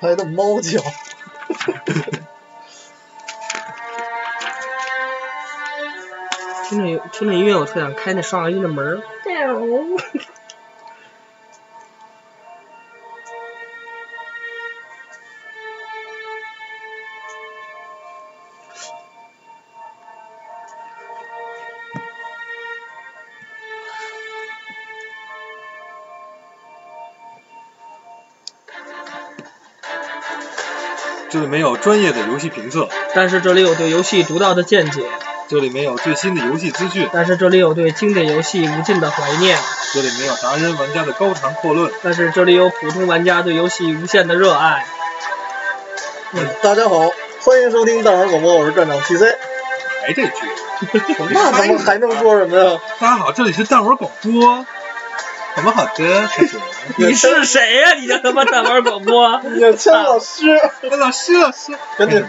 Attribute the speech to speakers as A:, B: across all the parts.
A: 来的猫叫。
B: 听着听着音乐，我特想开那双儿音的门儿。
C: 这里面有专业的游戏评测，
B: 但是这里有对游戏独到的见解，
C: 这里面有最新的游戏资讯，
B: 但是这里有对经典游戏无尽的怀念，
C: 这里面有达人玩家的高谈阔论。
B: 但是这里有普通玩家对游戏无限的热爱。
A: 大家好，欢迎收听大耳广播，我是站长 PC。
C: 哎，这句，
A: 那咱们还能说什么呀？
C: 大家好，这里是大伙儿广播，怎么好的？开始。
B: 你是谁呀、你叫他妈在玩广 播？
A: 也谦老师，
C: 哎老师，老师，
A: 赶紧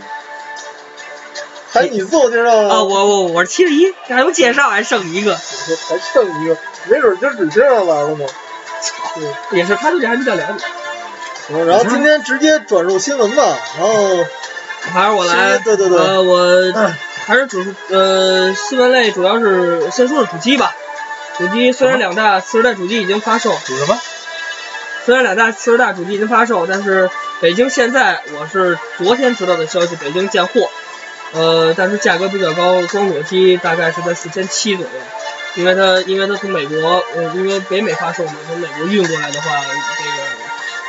A: 还你自我介绍
B: 啊，我我我是七十一，这还用介绍，还剩一个，
A: 还剩一个，没准今儿只这样来了呢。
B: 也是他对这还比较了解。
A: 嗯然后今天直接转入新闻吧，然后
B: 还是我来，
A: 对对对
B: 呃，我
A: 嗯
B: 还是主呃新闻类主要是先说说主机吧。主机虽然两大次世代主机已经发售，
C: 属什么？
B: 虽然两大次世代主机已经发售，但是北京现在我是昨天知道的消息，北京现货，呃，但是价格比较高，光裸机大概是在四千七左右，因为它因为它从美国，呃，因为北美发售嘛，从美国运过来的话，这个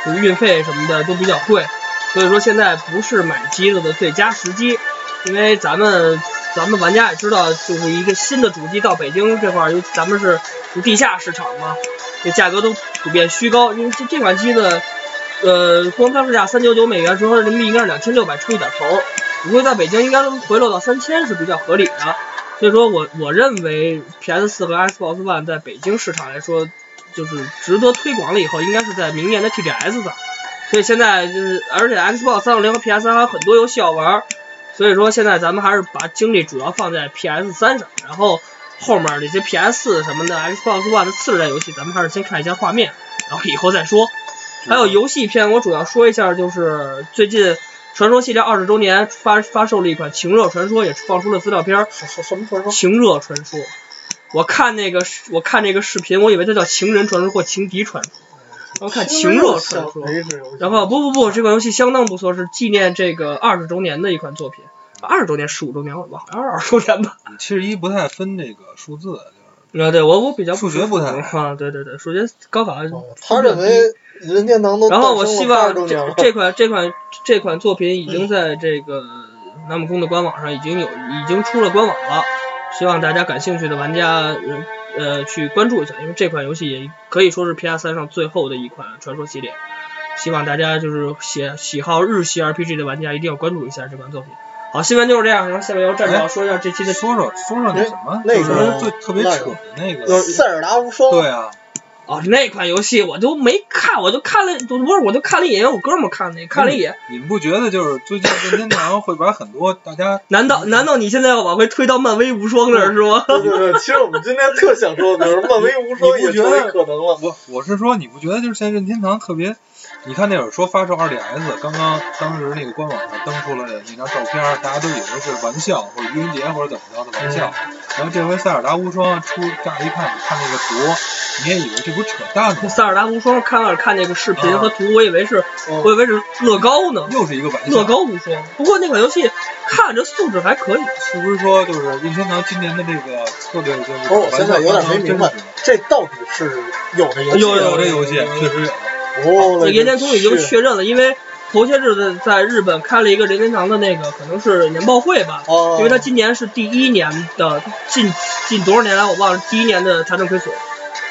B: 就是运费什么的都比较贵，所以说现在不是买机子的最佳时机，因为咱们。咱们玩家也知道，就是一个新的主机到北京这块儿，尤其咱们是地下市场嘛，这价格都普遍虚高，因为这这款机子，呃，官方售价三九九美元，折合人民币应该是两千六百出一点头儿。如果在北京应该能回落到三千是比较合理的，所以说我我认为 PS 四和 Xbox One 在北京市场来说，就是值得推广了以后，应该是在明年的 TGS 上。所以现在就是，而且 Xbox 三六零和 PS 三还有很多游戏要玩儿，所以说现在咱们还是把精力主要放在 PS 三上，然后后面这些 PS 什么的 Xbox One 的次世代游戏，咱们还是先看一下画面，然后以后再说。还有游戏片，我主要说一下，就是最近《传说》系列二十周年发发售了一款《情热传说》，也放出了资料片儿
A: 什什什么传
B: 《
A: 说？
B: 情热传说》。我看那个视我看那个视频，我以为它叫《情人传说》或《情敌传说》，然后看《情热传说》。
A: 没事游戏
B: 然后不不不，这款游戏相当不错，是纪念这个二十周年的一款作品。二十周年、十五周年，我好像是二十周年吧。
C: 你七十一不太分这个数字，就是
B: 啊，对我我比较
C: 数学不太
B: 啊，对对对，数学高考
A: 哦他认为任天堂都
B: 然后我
A: 诞生
B: 希
A: 了
B: 望
A: 80周年
B: 这
A: 了
B: 这款这款这款作品已经在这个南梦宫的官网上已经有已经出了官网了，希望大家感兴趣的玩家呃呃去关注一下，因为这款游戏也可以说是 PS 3上最后的一款传说系列，希望大家就是喜喜好日系 RPG 的玩家一定要关注一下这款作品。好，新闻就是这样，然后下面由站长说一下这期的
C: 说说说说那什么，
A: 那
C: 就是
A: 个
C: 最特别扯的那个，
A: 塞尔达无双，
C: 对啊，
B: 哦那款游戏我都没看，我就看了不是我就看了一眼，我哥们儿看的看了一眼，
C: 你们不觉得就是最近任天堂会把很多大家
B: 难道难道你现在要往回推到漫威无双那儿是吗？
A: 对对对，其实我们今天特想说的就是漫威无双
C: 你
A: 也
C: 你不觉
A: 成
C: 得
A: 为可能了。
C: 我我是说，你不觉得就是现在任天堂特别？你看那会儿说发售 2DS，刚刚当时那个官网上登出了那张照片，大家都以为是玩笑或者愚人节或者怎么着的玩笑。然后这回塞尔达无双出，乍一看你看那个图，你也以为这不扯淡呢，
B: 塞尔达无双看了看那个视频
C: 啊
B: 和图，我以为是
A: 嗯
B: 我以为是乐高呢，
C: 又是一个玩
B: 乐
C: 笑。
B: 高无双。不过那款游戏看着素质还可以，
C: 是不是说就是任天堂今年的这个策略就是？
A: 不是，我现在有点没明白，这到底是有这游戏
B: 有
A: 的？
C: 有这游戏确实有。
A: 哦，我的
B: 任天堂已经
A: 去
B: 确认了，因为头些日子在日本开了一个任天堂的那个可能是年报会吧，
A: 哦，
B: 因为它今年是第一年的近近多少年来我忘了，第一年的财政亏损，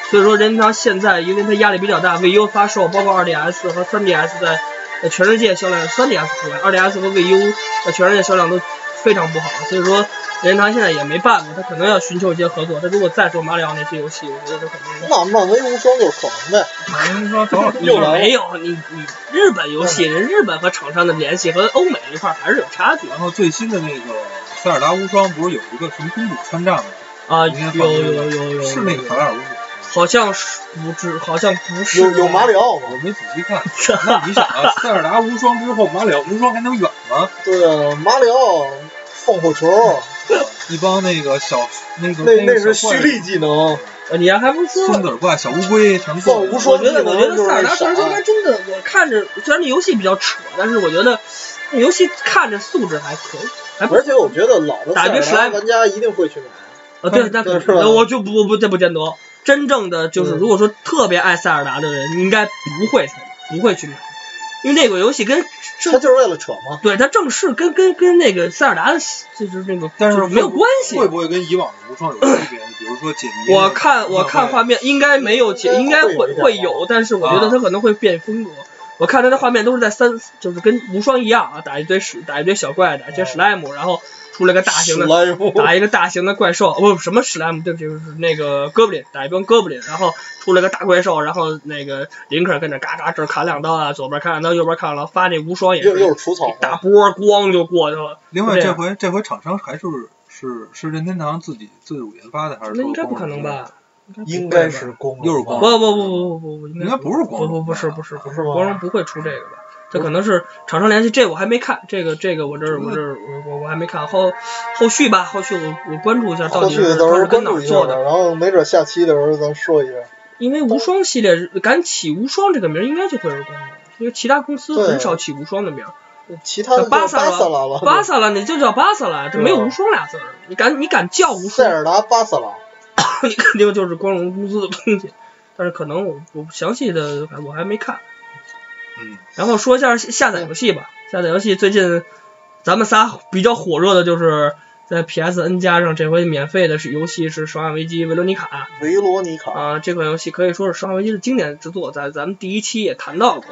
B: 所以说任天堂现在因为它压力比较大，VU 发售，包括 2DS 和 3DS 在呃全世界销量，3DS 除外，2DS 和 VU 在全世界销量都非常不好，所以说任天堂现在也没办法，它可能要寻求一些合作。它如果再做马里奥那些游戏，我觉得它肯定
A: 那漫威无双就是可能呗。
C: 任天堂早晚
A: 又来了
B: 没有你你日本游戏，人日本和厂商的联系和欧美这块儿还是有差距
C: 然后最新的那个塞尔达无双不是有一个什么公主穿站吗？
B: 啊，
C: 应该
B: 有有有有
C: 是那个卡莱尔公主。
B: 好像是不是，好像不是
A: 有有马里奥
C: 我
A: 吗？
C: 没仔细看。那你想啊，塞尔达无双之后，马里奥无双还能远吗？
A: 对啊，马里奥放火球，
C: 一帮那个小那个
A: 那
C: 个
A: 那是
C: 小
A: 蓄
C: 怪
A: 力技能，
B: 呃你还不错。
C: 松子儿怪、小乌龟全
A: 放
C: 够
A: 无
C: 了。
B: 我
A: 双技
B: 觉得，
A: 能
B: 我觉得
A: 就
B: 塞尔
A: 是
B: 达传说应该
A: 闪。
B: 真的，我看着虽然这游戏比较扯，但是我觉得这游戏看着素质还可以。还不
A: 而且我觉得老的
B: 打
A: 塞尔
B: 晕史
A: 达
B: 莱姆
A: 玩家一定会去买。
B: 啊，对，那
A: 嗯对
B: 可
A: 是吧
B: 我就不不这不见得。哦真正的就是，
A: 嗯
B: 如果说特别爱塞尔达的人，应该不会不会去买，因为那个游戏跟
A: 他
B: 正
A: 就是为了扯嘛。
B: 对它正式跟跟跟那个塞尔达的，就是那个
C: 但是
B: 就没有
C: 会
B: 关系。
C: 会不会跟以往的无双有区别？比如说解谜，啊
B: 我看我看画面应该没有解，应
A: 应
B: 该
A: 该会有
B: 会会有，但是我觉得它可能会变风格。我看它的画面都是在三，就是跟无双一样啊，打一堆史，打一堆小怪，打一些史莱姆，然后出来个大型的
A: 史莱姆，
B: 打一个大型的怪兽，不什么史莱姆，对不起，就是那个哥布林，打一帮哥布林，然后出来个大怪兽，然后那个林肯跟那嘎嘎这儿砍两刀啊，左边砍两刀，右边砍两刀，发那无双也
A: 又又
B: 是
A: 是除草
B: 一
A: 嘛
B: 大波儿咣就过去了。
C: 另外
B: 对啊
C: 这回这回厂商还是是是任天堂自己自主研发的，还是说
B: 那应该不可能吧？？
A: 应该是公
C: 又是
B: 不
C: 光
B: 不不不不不不，
C: 应该不是光
B: 不
C: 荣
B: 不不
C: 吧
B: 是不是
A: 不是吗
B: 光荣不会出这个吧？这可能是厂商联系，这我还没看，这个这个我这儿我这儿我我我还没看后后续吧，后续我我关注一下到
A: 后
B: 底
A: 续
B: 是
A: 到
B: 它
A: 时
B: 是
A: 候关
B: 跟哪
A: 注
B: 儿
A: 一下
B: 做
A: 吧，
B: 的。
A: 然后没准下期的时候咱说一下。
B: 因为无双系列敢起无双这个名儿，应该就会是光荣，因为其他公司
A: 对
B: 很少起无双的名儿。
A: 其他的就
B: 巴
A: 巴
B: 萨拉
A: 萨拉了，
B: 巴萨拉你就叫巴萨拉，这没有无双俩字儿，你敢你敢叫无
A: 塞
B: 双，
A: 尔达巴萨拉，
B: 你肯定就是光荣公司的东西。但是可能我我详细的我还没看。
C: 嗯，
B: 然后说一下下载游戏吧，下载游戏最近咱们仨比较火热的就是在 PSN 加上这回免费的是游戏是《生化危机：维罗妮卡》
A: 维罗妮卡，
B: 啊，这款游戏可以说是《生化危机》的经典之作，在咱们第一期也谈到过，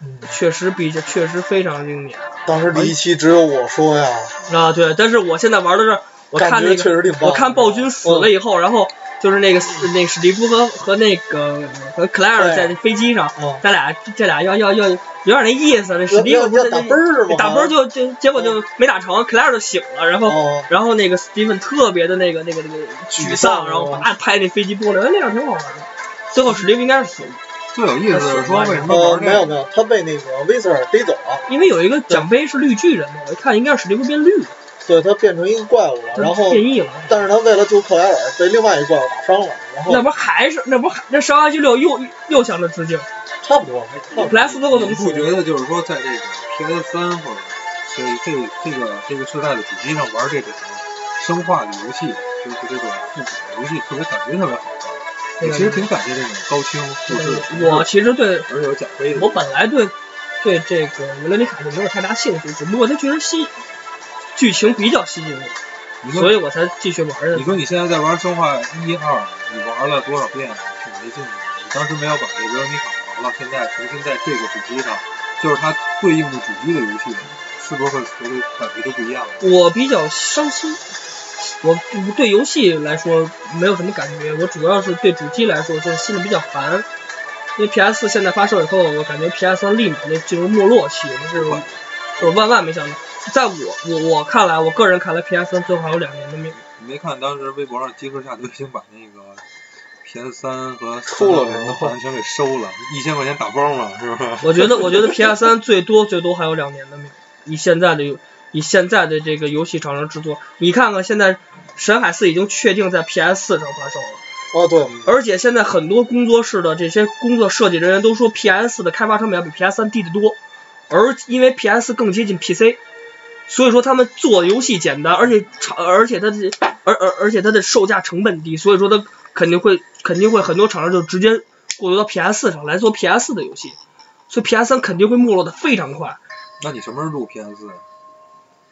A: 嗯
B: 确实比这确实非常经典
A: 当时第一期只有我说呀，
B: 啊。对，但是我现在玩的是我
A: 感
B: 看那
A: 觉
B: 个
A: 确实挺棒的。
B: 我看暴君死了以后，然后就是那个死那个史蒂夫和和那个和克莱尔
A: 对
B: 在那飞机上，
A: 嗯，
B: 咱俩这俩要要要有点那意思，啊那史蒂
A: 要
B: 夫不
A: 要
B: 是
A: 打啵儿吗？
B: 打啵儿就就结果就没打成，克莱尔就醒了，然后。
A: 哦，
B: 然后那个 Steven 特别的那个那个那个沮
A: 沮丧
B: 丧，然后啪拍那飞机玻璃，哎那样挺好玩的。最后史蒂夫应该是死了，
C: 最有意思的是说为什么
A: 呃，
C: 玩
A: 没
C: 这
A: 有
C: 个？
A: 没有，他被那个威瑟尔逮走了，
B: 因为有一个奖杯是绿巨人嘛，我一看应该是史蒂夫变绿了，
A: 对他变成一个怪物了，
B: 他
A: 然后
B: 变异了。
A: 但是他为了救克莱尔，被另外一个怪物打伤了，然后
B: 那不还是那不还那《生化危机六》又又向他致敬，
A: 差不多，差不
B: 普
A: 多
B: 莱斯多克怎
C: 你
B: 么死
C: 不
B: 的？
C: 觉得就是说在这个 PS 三或者这这这个这个时代的主机上玩这种生化的游戏，就是这种复古的游戏，特别感觉特别好玩。我其实挺感谢这种高清复制，
B: 我其实对
C: 而且有奖杯的。
B: 我本来对对这个维罗妮卡就没有太大兴趣，只不过他确实吸剧情比较吸引我，
C: 你
B: 所
C: 说
B: 以我才继续玩的
C: 你。说你现在在玩生化一二，你玩了多少遍了？挺没劲的。你当时没有把这个维罗妮卡玩了，现在重新在这个主机上，就是它对应的主机的游戏，是不是会觉得感觉就不一样了？
B: 我比较伤心，我对游戏来说没有什么感觉，我主要是对主机来说就是心里比较烦。因为 PS 现在发售以后，我感觉 PS 立马就进入没落期，这是我就是万万没想到。在我我我看来，我个人看来，PS 最后还有两年的命。
C: 你没看当时微博上集合下都已经把那个 PS 三和
A: 出了哦
C: 人的版权给收了，一千块钱打包嘛，是不是？
B: 我觉得，我觉得 PS 三最多最多还有两年的命。以现在的游，以现在的这个游戏厂商制作，你看看现在《神海四》已经确定在 PS 四上发售了，
A: 哦对，
B: 而且现在很多工作室的这些工作设计人员都说 PS 的开发成本要比 PS 三低得多，而因为 PS 更接近 PC，所以说他们做游戏简单，而且厂而且它的而而而且它的售价成本低，所以说它肯定会肯定会很多厂商就直接过渡到 PS 四上来做 PS 四的游戏，所以 PS 三肯定会没落的非常快。
C: 那你什么时候录 PS 四？啊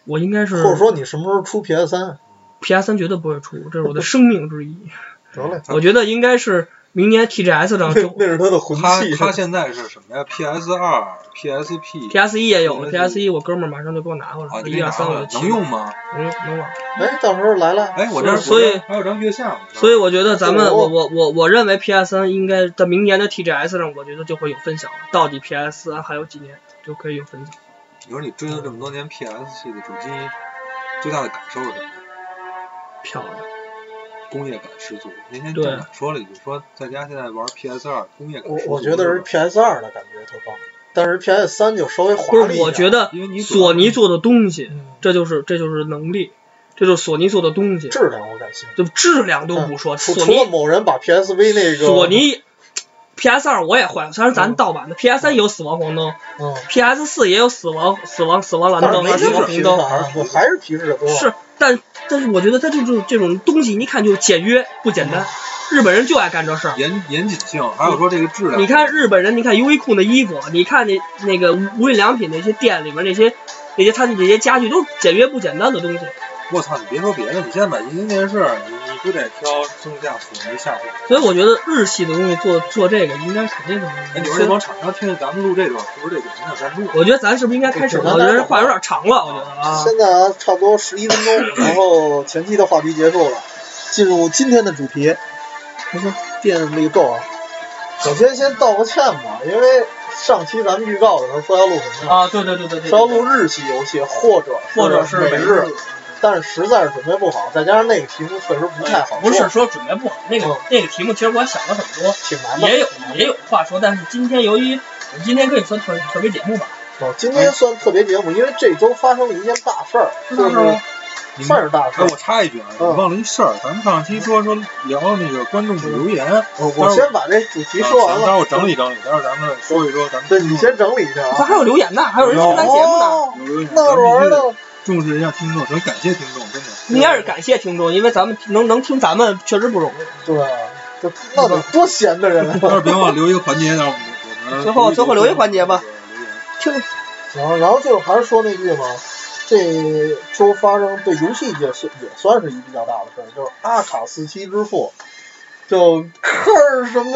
B: 我应该是
A: 或者说你什么时候出 PS 三？
B: PS 三绝对不会出，这是我的生命之一。
A: 得嘞，
B: 我觉得应该是明年 TGS 上
A: 那
B: 就
A: 那是他的魂
C: 它
A: 器。
C: 它现在是什么呀？PS 二、PSP。
B: PS 一 E 也有了
C: 应该是
B: ，PS 一我哥们儿马上就给我拿回来
C: 啊，
B: 了，
C: 你
B: 一二三我
C: 了，能用吗？
B: 能用嗯能玩。
A: 哎，到时候来了，
C: 哎，我这儿
B: 所以
C: 我这儿还有张月下呢，
B: 所以我觉得咱们
A: 我
B: 我我我我认为 PS 三应该在明年的 TGS 上，我觉得就会有分享了，到底 PS 三还有几年就可以有分享。
C: 你说你追了这么多年 PS 系的主机，最大的感受是什么？
B: 漂亮，
C: 工业感十足。那天
B: 对
C: 郑总说了一句，说在家现在玩 PS 二工业感
A: 我
C: 十足。
A: 我觉得是 PS 二的感觉特棒，但是 PS 三就稍微华
B: 不
A: 丽一
B: 是，
A: 点。
B: 我觉得
C: 因为你
B: 索尼做的东西，
A: 嗯
B: 这就是这就是能力，这就是索尼做的东西，
A: 质量我感兴趣。
B: 就质量都不说，
A: 除
B: 索
A: 除了
B: 尼
A: 某人把 PSV 那个
B: 索，尼 PS 二我也换，虽然咱
A: 嗯
B: 盗版的 PS 三有死亡黄灯
A: 嗯，
B: ，PS 四也有死亡死亡死亡蓝
A: 但是
B: 灯
A: 没
B: 和死
A: 那么
B: 亡
A: 频
B: 红
A: 繁
B: 灯，
A: 啊，我还是皮质的多。
B: 是，但但是我觉得它就是这种东西，你一看就简约不简单，日本人就爱干这事儿。
C: 严严谨性，还有说这个质量。
B: 你看日本人，你看优衣库的衣服，你看那那个无印良品那些店里面那些那些他那些家具都是简约不简单的东西。
C: 我操，你别说别的，你现在买液晶电视，你你不得挑中下索尼下手？
B: 所以我觉得日系的东西做做这个应该肯定是
C: 哎，
B: 没
C: 你
B: 有
C: 说这
B: 问
C: 帮
B: 题。
C: 厂商听见咱们录这段，是不是得给咱点赞助？
B: 我觉得咱是不是应该开始了？我觉得话有点长了，我觉得啊。
A: 现在啊，差不多十一分钟，然后前期的话题结束了，进入今天的主题，没事，电力够啊。首先先道个歉吧，因为上期咱们预告的时候说要录什么呀？
B: 啊，对对对对对，
A: 说要录日系游戏，或者
B: 或者是
A: 美
B: 日
A: 日，，但是实在是准备不好，再加上那个题目确实不太好，
B: 不是，说准备不好，那个那个题目其实我想了很多，
A: 挺难的。
B: 也有也有话说，但是今天由于我们今天可以算特特别节目吧，
A: 哦，今天算特别节目，因为这周发生了一件大事儿，
B: 是
A: 就是啊
B: 吗？
C: 你
A: 算是大事
C: 哎，
A: 儿。
C: 我插一句啊，你
A: 嗯
C: 忘了一事儿，咱们上期说说聊那个观众留言，
A: 嗯我我先把这主题说完
C: 待会儿我
A: 了。
C: 整理整理，待会儿咱们说一说咱们
A: 对，你先整理一下
B: 这
A: 啊。
B: 还有留言呢，还有人听咱节目呢，
A: 哦，
C: 留言，
A: 那
C: 咱们
A: 玩
C: 必须
A: 意儿
C: 得
A: 呢？
C: 重视一下听众，首先感谢听众，真的
B: 应该是感谢听众，因为咱们能能听咱们确实不容易。
A: 对，这那得多闲的人
C: 待会
A: 啊！
C: 儿别忘了留一个环节，让我们我们
B: 最后最后留一环节吧。
C: 留言
B: 听，
A: 然后，然后最后还是说那句嘛，这周发生对游戏界是也算是一比较大的事儿，就是阿卡四七之父，就科尔什么，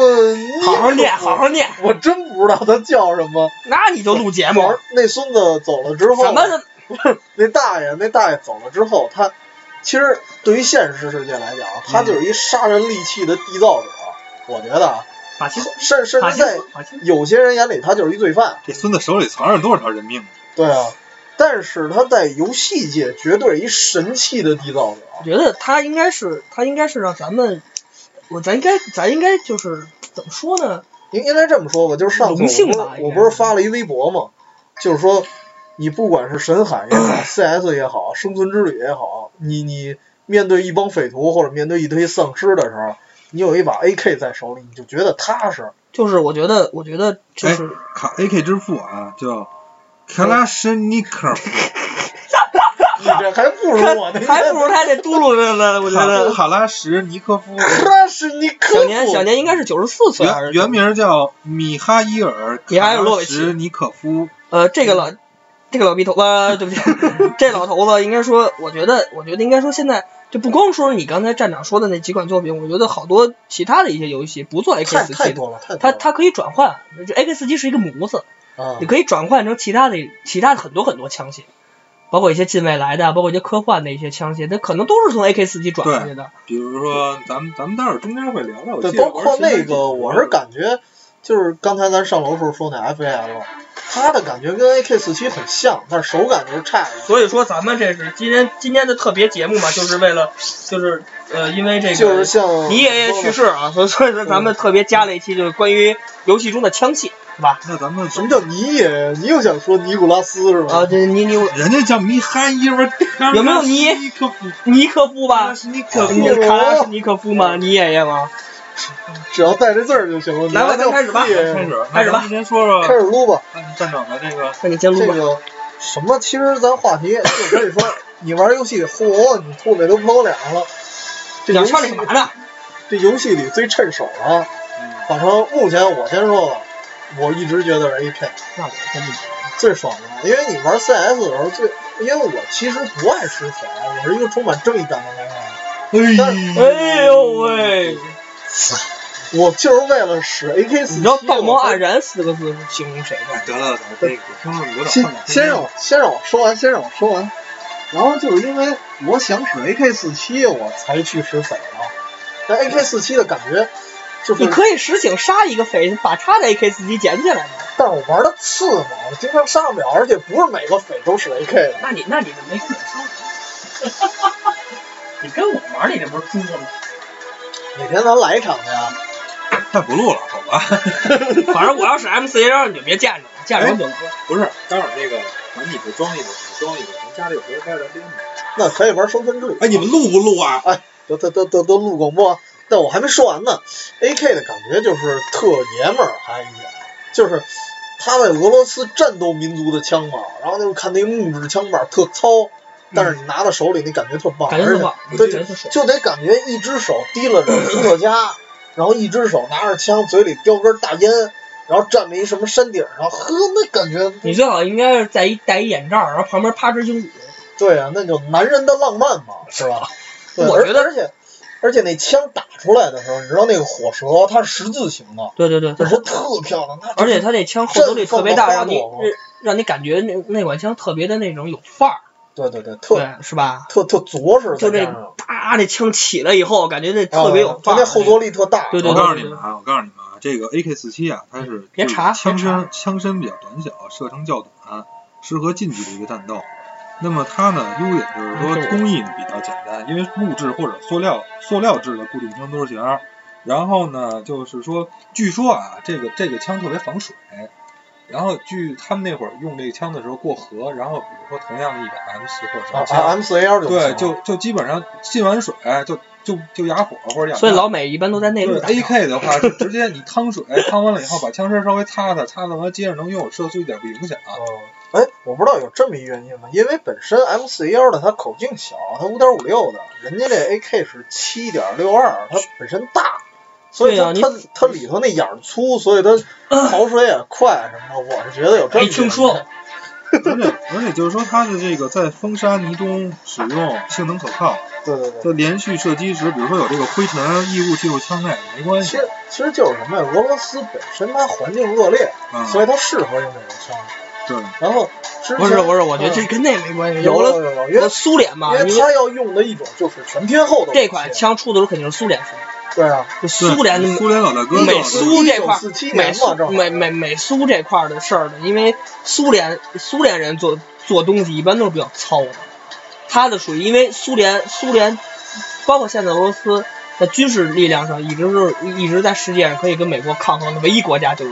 B: 好好念，好，好念，
A: 我真不知道他叫什么。
B: 那你就录节目。
A: 那孙子走了之后，
B: 什么？
A: 那大爷，那大爷走了之后，他其实对于现实世界来讲，他
B: 嗯
A: 就是一杀人利器的缔造者。我觉得啊，
B: 法西斯，
A: 甚甚
B: 法
A: 至
B: 西
A: 在
B: 斯，法西斯。
A: 有些人眼里，他就是一罪犯。
C: 这孙子手里藏着多少条人命？
A: 对啊，但是他在游戏界绝对一神器的缔造者。
B: 我觉得他应该是，他应该是让咱们，我咱应该，咱应该就是怎么说呢？
A: 应应该这么说吧，就是上次
B: 荣幸
A: 我
B: 吧
A: 不
B: 应
A: 是
B: 该
A: 我不是发了一微博嘛，就是说你不管是神海也好，CS 也好，生存之旅也好，你你面对一帮匪徒或者面对一堆丧尸的时候，你有一把 AK 在手里，你就觉得踏实。
B: 就是我觉得，我觉得就是
C: 卡 AK 之父啊，
A: 嗯
C: 叫卡拉申尼科夫，
A: 你这还不如我那
B: 他还不如他这嘟噜着呢。我觉得
C: 卡拉什尼科 夫，
A: 那是你克
B: 小年小年应该是九十四岁还
C: 原
B: 是
C: 原名叫米哈伊尔·
B: 米哈伊尔
C: 卡
B: 洛
C: 拉
B: 维奇
C: 什尼可夫，
B: 呃，这个老这个老逼头啊，对不起， 这老头子应该说，我觉得，我觉得应该说，现在就不光说你刚才站长说的那几款作品，我觉得好多其他的一些游戏不做 AK
A: 太
B: 四
A: 太
B: 七的，
A: 多了，太多了
B: 它它可以转换，就 AK 四七是一个模子，
A: 啊
B: 你，可以转换成其他的其他的很多很多枪械，包括一些近未来的，包括一些科幻的一些枪械，它可能都是从 AK 四七转过去的。
C: 比如说咱们咱们待会儿中间会聊聊，我
A: 对，
C: 记得
A: 包括
C: 玩神
A: 那
C: 秘
A: 个，我是感觉就是刚才咱上楼时候说那 FAL，它的感觉跟 AK 四七很像，但是手感就是差一点。
B: 所以说，咱们这是今天今天的特别节目嘛，就是为了，就是呃，因为这个
A: 就是像
B: 你爷爷去世啊，所以所以
A: 嗯
B: 说咱们特别加了一期，就是关于游戏中的枪械，是吧？
C: 那咱们
A: 什么叫你爷爷？你又想说尼古拉斯是
B: 啊，
A: 吧？
B: 这尼尼
C: 人家叫米哈伊尔·
B: 有没有你
C: 尼科 夫？
B: 尼科夫吧？
C: 尼科
A: 科
C: 夫
A: 夫
B: 你，卡拉什尼科夫吗？你爷爷吗？
A: 只要带着字儿就行了。
B: 来吧
A: 你还叫
B: 咱开始吧嗯
A: 你爷爷
C: 开始
B: 开
C: 那
B: 始吧
C: 咱们先说
A: 开
C: 说
A: 始撸吧。
C: 站长的这个
B: 那你先
A: 这
B: 录吧。
A: 个什么，其实咱话题就可以说，你玩游戏，嚯，你裤子都不露脸了。这游
B: 两
A: 戏
B: 串里干嘛呢？
A: 这游戏里最趁手了啊，
C: 嗯
A: 反正目前我先说吧，我一直觉得是 A K。
B: 那我真不
A: 最爽的，因为你玩 CS 的时候最，因为我其实不爱吃甜，我是一个充满正义感的男人，啊
C: 哎呦
B: 哎呦喂！
A: 我就是为了使 AK 四
B: 你知道“道貌岸然”四个字是形容谁
C: 哎
B: 吗？
C: 得了，得了这个听众有点
A: 先
C: 看不
A: 先让
C: 懂
A: 我先让我说完，先让我说完，然后就是因为我想使 AK 四七，我才去使匪的，但 AK 四七的感觉就是
B: 你，可以实景杀一个匪，把他的 AK 四七捡起来吗？
A: 但是我玩的次嘛，我经常杀不了，而且不是每个匪都使 AK 的，
B: 那你那你就没跟我说。你跟我玩，你这不是猪吗？
A: 哪天咱来一场去啊？
C: 那不录了，好吧？
B: 反正我要是 MC，让你就别见着我，见着我就完
A: 哎
B: 了。
C: 不是，待会儿那个，咱们你不装一个，我装一个，咱家里有时候待着咱编吧。
A: 那可以玩生存之旅。
C: 哎，你们录不录啊？
A: 都都都都都录广播，但我还没说完呢。A K 的感觉就是特爷们儿，还有一点就是他在俄罗斯战斗民族的枪法，然后就是看那个木质枪法特糙，但是你拿到手里那感觉特棒，
B: 嗯感觉
A: 而
B: 特
A: 且
B: 棒，
A: 对
B: 感觉特爽。
A: 就得感觉一只手提了着伏特加，然后一只手拿着枪，嘴里叼根大烟，然后站在一什么山顶上，呵，那感觉
B: 你最好应该是在一戴一眼罩，然后旁边趴只鹦鹉。
A: 对啊，那就男人的浪漫嘛，是吧？对
B: 我
A: 而
B: 觉得
A: 而且而且那枪打出来的时候，你知道那个火舌它是十字形的，
B: 对对对，
A: 就是特漂亮，它
B: 而且它那枪后坐力特别大，
A: 这
B: 让你
A: 放得花朵吗
B: 让你感觉那那管枪特别的那种有范儿，
A: 对对对，特
B: 对，是吧？
A: 特特着实，
B: 就
A: 再
B: 这
A: 加上
B: 啪，那枪起来以后，感觉那特别有
A: 它
B: 范
A: 哦那
B: 儿。
A: 后坐力特大，
B: 对对
C: 我
B: 对
C: 告诉你们啊，我告诉你们啊，这个 AK 四七啊，它是
B: 别查
C: 就是枪
B: 别查
C: 身枪身比较短小，射程较短，适合近距离的战斗。那么它呢，优点就是
B: 没错
C: 说工艺呢比较简单，因为木质或者塑料塑料制的固定枪托型儿。然后呢，就是说，据说啊，这个这个枪特别防水。然后据他们那会儿用这个枪的时候过河，然后比如说同样的一把 M 四或者什
A: 啊
C: 么枪，
A: ，M 四 A 幺
C: 对，就就基本上进完水就就就哑火或者哑
B: 所以
C: 弹
B: 老美一般都在内陆
C: 对
B: 打仗。
C: AK 的话是直接你趟水，趟完了以后把枪身稍微擦擦，擦擦完接着能用，射速一点不影
B: 啊
C: 响。啊
A: 嗯，哎，我不知道有这么一原因吗？因为本身 M 四幺的它口径小，它五点五六的，人家这 AK 是七点六二，它本身大，所以
B: 对
A: 它、
B: 啊你
A: 它它里头那眼儿粗，所以 它跑水也快什么的。我是觉得有这么
B: 没
A: 一个
B: 听说过，
C: 而且而且就是说它的这个在风沙泥中使用性能可靠，
A: 对对对。
C: 在连续射击时，比如说有这个灰尘异物进入枪内没关
A: 其
C: 系
A: 实其实就是什么呀？俄罗斯本身它环境恶劣，
C: 啊。
A: 所以它适合用这种枪。
C: 对，
A: 然后之前
B: 嗯不是不是，我觉得这
A: 嗯
B: 跟那没关系。
A: 有
B: 俄罗
A: 有有，因
B: 俄
A: 为
B: 苏联嘛，
A: 因
B: 你
A: 为它要用的一种就是全天候的武器
B: 这款，枪出的时候肯定是苏联生产，
A: 对啊，
B: 就苏联
C: 对苏联老大哥
B: 美
C: 做的
B: 苏这块儿
A: 四七
B: 美
A: 年嘛，
B: 苏
A: 正好
B: 美美美苏这块儿的事儿呢，因为苏联苏联人做做东西一般都是比较糙的，他的属于因为苏联苏联包括现在俄罗斯在军事力量上一直是一直在世界上可以跟美国抗衡的唯一国家就是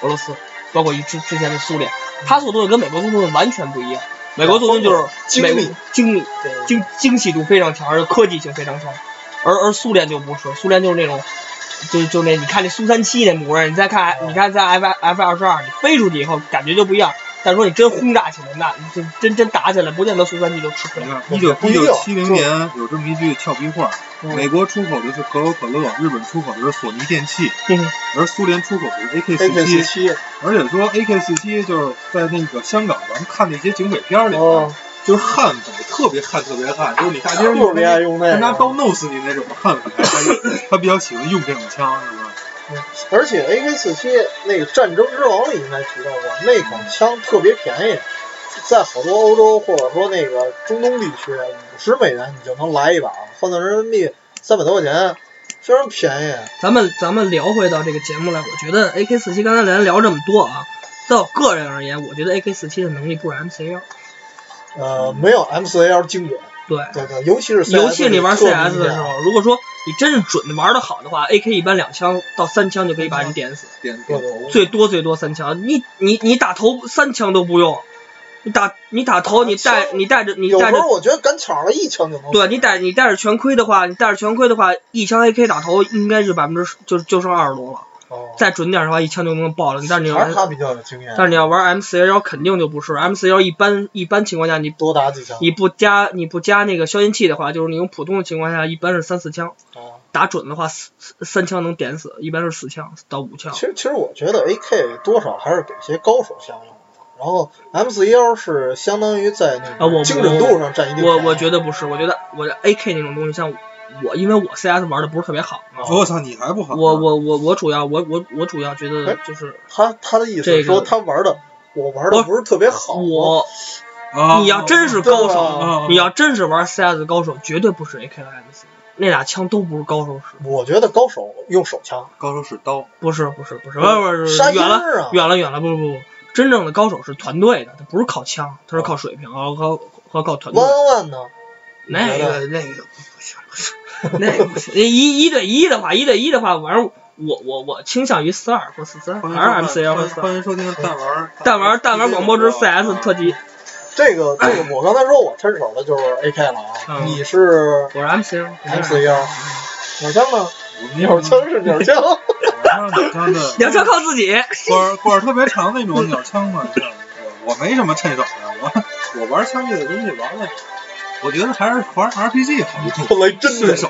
B: 俄罗斯，包括一之之前的苏联，他做东西跟美国做东西完全不一样。美国做东西就是
A: 精
B: 美
A: 密
B: 国精密，
A: 对
B: 精精细度非常强，而且科技性非常强。而而苏联就不是，苏联就是那种，就就那你看那苏三七那模样，你再看
A: 嗯
B: 你看在 F F 二十二，你飞出去以后感觉就不一样。但是说你真轰炸起来，那你就真真打起来，不见得苏三七就吃亏
C: 你
B: 了。
C: 看，
A: 也
C: 一九
A: 不
C: 一
A: 一定
C: 九七零年有这么一句俏皮话儿，
B: 嗯
C: 美国出口的是可口可乐，日本出口的是索尼电器，
B: 嗯
C: 而苏联出口的是 AK
A: ，AK
C: 四
A: 四
C: 七。
A: 七，
C: 而且说 AK 四七就是在那个香港，咱们看那些警匪片儿里，
A: 哦，
C: 就是悍匪，特别悍，特别悍，就是你大街上
A: 就是恋爱用那
C: 他拿刀
A: 个，
C: 弄死你那种悍匪，他他比较喜欢用这种枪，是吧？
A: 而且 AK 四七那个《战争之王》里应该提到过，那款枪特别便宜，在好多欧洲或者说那个中东地区，五十美元你就能来一把，换算人民币三百多块钱，非常便宜。
B: 咱们咱们聊回到这个节目来，我觉得 AK 四七刚才咱聊这么多啊，在我个人而言，我觉得 AK 四七的能力不如 M C 幺。
A: 呃，没有 M 四 A L 经典，
B: 对，
A: 对对，尤其是 CS
B: 游戏里玩
A: 特别
B: CS 的时候，如果说你真是准的玩的好的话，AK 一般两枪到三枪就可以把人点死。
C: 点
A: 对
C: 点
A: 对
C: 头，
B: 最多最多三枪，你你你打头三枪都不用，你打你打头，你带你带着你
A: 啊有
B: 带
A: 时
B: 着
A: 候，我觉得赶巧了一枪就能死。
B: 对你带你带着全盔的话，你带着全盔的话，一枪 AK 打头应该是百分之就就剩二十多了，
A: 哦，
B: 再准点的话一枪就能爆了。但是你要
A: 还是他
B: 玩，
A: 比较有经验，
B: 但是你要玩 M 四幺幺肯定就不是 M 四幺一般一般情况下你
A: 多打几枪。
B: 你不加你不加那个消音器的话，就是你用普通的情况下一般是三四枪，
A: 哦
B: 打准的话四三枪能点死，一般是四枪到五枪
A: 其。实其实我觉得 AK 多少还是给一些高手相用的，然后 M 四幺是相当于在那
B: 啊我
A: 个精准度上占一定
B: 我
A: 便宜
B: 我觉得不是，我觉得我觉得 AK 那种东西，像我，因为我 CS 玩的不是特别好，
A: 啊
C: 我操，你还不好？哎
B: 我我我我主要我我我主要觉得就是
A: 他他的意思
B: 这
A: 是
B: 个
A: 说他玩的我玩的不是特别好，
B: 我，
C: 啊，
B: 你要真是高
A: 对
B: 手，
C: 啊
B: 你要真是玩 CS 的高手，绝对不是 AK 和 MC，那俩枪都不是高手使，
A: 我觉得高手用手枪，
C: 高手使刀，
B: 不是不是不是，不是不是
A: 杀
B: 远了
A: 鹰啊
B: 远了远了，不不不，真正的高手是团队的，他不是靠枪，他是靠水平，和靠和靠团队
A: 弯。弯弯呢？
B: 呃那
A: 你觉
B: 个
A: 得
B: 那个不行，那个不行，那一一对一的话，一对一的话，反正我我我倾向于四二或四三，还是 MCL 或四
C: 欢
B: 二。
C: 迎收 听弹丸
B: 弹丸弹丸广播之 CS 特辑，
A: 这个这 个，我刚才说我趁手的就是 AK 了啊，
B: 嗯
A: 你是
B: 我是 MCL。
A: MC 幺，鸟枪呢？鸟
C: 鸟枪
A: 枪是鸟 枪，
C: 鸟枪的
B: 两车靠自己，
C: 管管特别长那种鸟枪嘛，是我我没什么趁手的，我我玩枪械的东西玩的，我觉得还是玩 RPG 好一点，
A: 后来真
C: 顺
A: 的
C: 手。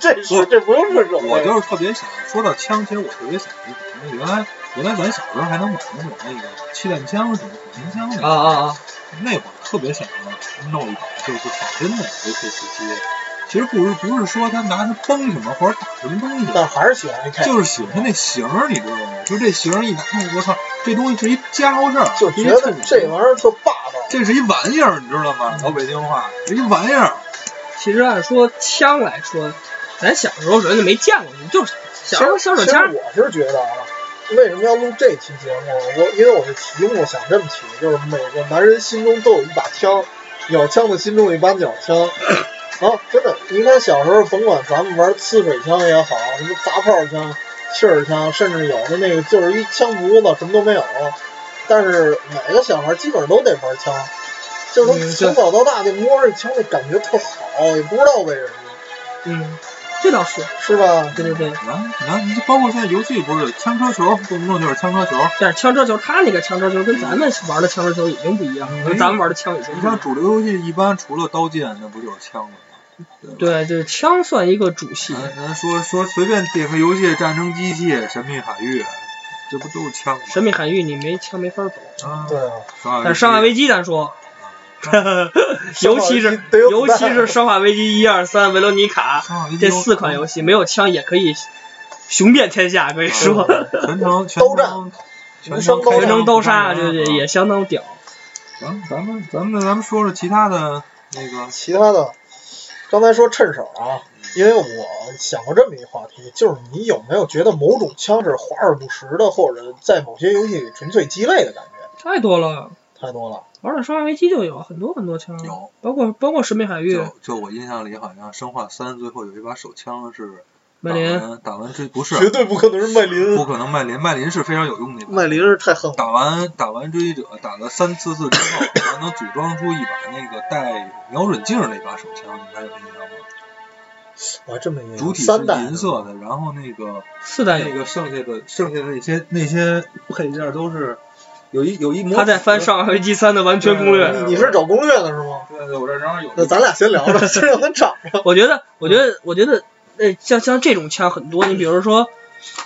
A: 这是这不用顺手，
C: 我就是特别想说到枪，其实我特别想一什么，原来原来咱小时候还能玩那种那个气弹枪什么火星枪
B: 啊
C: 的，
B: 啊啊！
C: 那会儿特别想弄一把，就是仿真的 AK 四七。其实不是不是说他拿它崩什么或者打什么东西，
A: 但还是喜欢 AK，
C: 就是喜欢那型儿，你知道吗？就这型儿一拿，我操，这东西是一家伙事儿，
A: 就
C: 一
A: 觉
C: 个
A: 得
C: 衬
A: 这
C: 衫
A: 玩意儿特霸道。
C: 这是一玩意儿，你知道吗？老北京话，是一玩意儿。
B: 其实按说枪来说，咱小时候人就没见过，你就是小时候小手
A: 其实
B: 枪，
A: 我是觉得啊，为什么要录这期节目？我因为我这题目想这么起，就是每个男人心中都有一把枪，鸟枪的心中有一把鸟枪。然后真的，你看小时候，甭管咱们玩呲水枪也好，什么砸炮枪、气儿枪，甚至有的那个就是一枪不子，什么都没有。但是每个小孩基本上都得玩枪，就是
B: 嗯
A: 从
B: 对
A: 从小到大就摸着枪，那感觉特好，也不知道为什么，
B: 嗯，这倒是，
A: 是吧？
B: 对对对。
C: 然后，你包括现在游戏不是枪车球，动不动就是枪车球。
B: 但是枪车球，他那个枪车球跟咱们玩的枪车球已经不一样
C: 嗯
B: 了，跟咱们玩的枪已经
C: 你
B: 不一
C: 像
B: 样。
C: 主流游戏一般除了刀剑，那不就是枪了吗？吧。
B: 对，就是枪算一个主系，
C: 咱咱说说随便点个游戏，战争机器、神秘海域，这不都是枪吗？
B: 神秘海域你没枪没法走。
C: 啊，
A: 对
C: 伤害危机。
A: 啊。
B: 但是生化危机咱说，啊 尤其是
A: 得有
B: 尤
A: 子
B: 其
A: 弹
B: 是生化危机一二三、维罗妮卡
C: 伤害危机
B: 这四款游戏，没有枪也可以雄遍天下，
A: 嗯
B: 可以说
C: 全程全
A: 刀战
C: 程
A: 无
C: 全程
A: 声
C: 啊
A: 刀
B: 全程
A: 刀
B: 都杀，对
A: 嗯
B: 对，也相当屌。
C: 行，咱们咱们咱们说说其他的那个，
A: 其他的，刚才说趁手啊，因为我想过这么一话题，就是你有没有觉得某种枪是华而不实的，或者在某些游戏里纯粹鸡肋的感觉？
B: 太多了，
A: 太多了，
B: 玩的生化危机就有很多很多枪，
C: 有，
B: 包括包括神秘海域
C: 就、就我印象里好像《生化三》最后有一把手枪是
B: 麦
C: 打
B: 林。
A: 嗯
C: 完打完追不
A: 绝
C: 是，
A: 对不可能是麦林
C: 不。可能麦林，麦林是非常有用的一把。
A: 麦林是太横了，
C: 打完打完追击者，打了三四次之后，然后能组装出一把那个带瞄准镜儿那把手枪，你还有印象吗？
A: 我还真没印象。
C: 主体是
A: 三代
C: 银色的，然后那个
B: 四代
C: 那
B: 有，
C: 个剩下的剩下的那些那些配件都是有一有一模。
B: 他在翻《
C: 上。
B: 生化危机三》的完全攻略。
A: 你你是找攻略的是吗？
C: 对对，我这正好有一。
A: 那咱俩先聊着，先让他找着。
B: 我觉得，我觉得，我觉得，呃，像像这种枪很多，你比如说，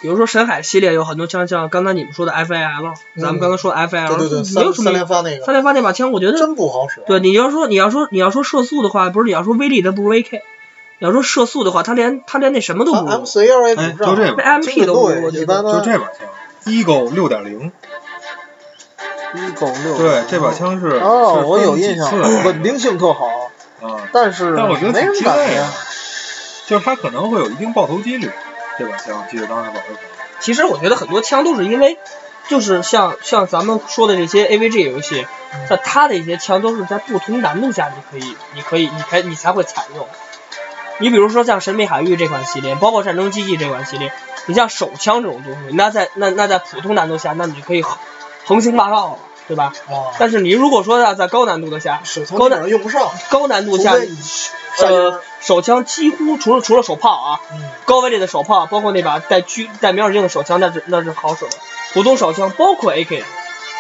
B: 比如说神海系列有很多枪，像刚才你们说的 FAL，
A: 嗯
B: 咱们刚才说的 FAL，、
A: 对对对，
B: 哎没有
A: 三
B: 什
A: 三
B: 么
A: 连发那个
B: 三连发那把枪，我觉得，
A: 真不好使。
B: 对，你要说你要说你要说射速的话，不是你要说威力，它不如 AK，你要说射速的话，它连它连那什么都
A: 他
B: 不如
A: 啊 M，C L 也啊
C: 哎，
A: 不
C: 就
A: 上，
C: 这
B: 那
C: 把，
A: 精
B: MP
A: 准
B: 都不
A: 度
B: 如，
A: 也
B: 我觉
A: 一般
B: 得。
C: 就
A: 般。
C: 这把枪，Eagle 六点零。
A: 一狗六
C: 对，这把枪是
A: 哦，
C: 是
A: 我
C: 分
A: 有
C: 几
A: 印象
C: 次，
A: 稳定性特好，
C: 啊，
A: 但是
C: 但我觉得
A: 没
C: 挺
A: 什么
C: 鸡
A: 感
C: 肋
A: 觉
C: 啊。，就是它可能会有一定爆头几率。这把枪，我记得当时玩的时候，
B: 其实我觉得很多枪都是因为，就是像像咱们说的这些 AVG 游戏，像它的一些枪都是在不同难度下你可以，你可以，你才你才会采用。你比如说像《神秘海域》这款系列，包括《战争机器》这款系列，你像手枪这种东西，那在那那在普通难度下，那你就可以横横行霸道了，对吧？
A: 啊，
B: 但是你如果说要在高难度的下，
A: 手枪基本上用不上，
B: 高难度
A: 除
B: 下
A: 非，你下一轮
B: 呃，手枪几乎除了除了手炮啊，
A: 嗯，
B: 高威力的手炮，包括那把带狙带瞄准镜的手枪，那是那是好使的。普通手枪，包括 AK，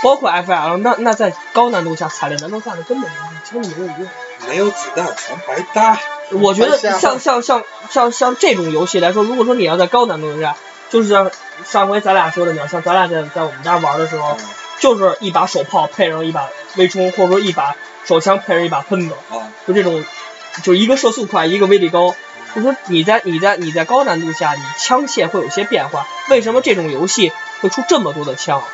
B: 包括 FL，那那在高难度下踩在难度下的根本枪就没有用。
C: 没有子弹全白搭。
B: 我觉得
A: 白瞎
B: 像像像像像这种游戏来说，如果说你要在高难度下，就是像上回咱俩说的那样，像咱俩在在我们家玩的时
C: 嗯啊
B: 候，就是一把手炮配上一把微冲，或者说一把手枪配上一把喷子，
C: 啊，
B: 就这种，就一个射速快，一个威力高。就说你在你在你在高难度下，你枪械会有些变化。为什么这种游戏会出这么多的枪？啊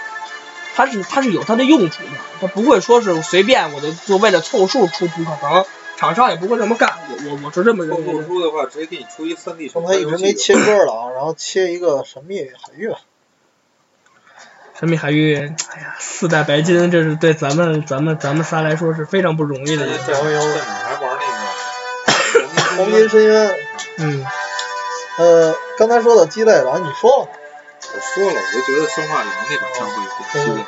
B: 它是它是有它的用处的，它不会说是随便我就就为了凑数出不可能，厂商也不会这么干。我我我是这么认为的。
C: 出的话，直接给你出一三 D
A: 刚才一直没切歌了啊，然后切一个神秘海域
C: 嗯
A: 啊吧。
B: 神秘海域，哎呀，四代白金，这是对咱们咱们咱们仨来说是非常不容易的
A: 对
B: 一个。
A: 在在
C: 哪还玩那个？
A: 黄金深渊，
B: 嗯，
A: 呃，刚才说到鸡肋了，你说了。
C: 我说了，我就觉得生化里面那把枪会有变鸡
A: 嗯
C: 肋。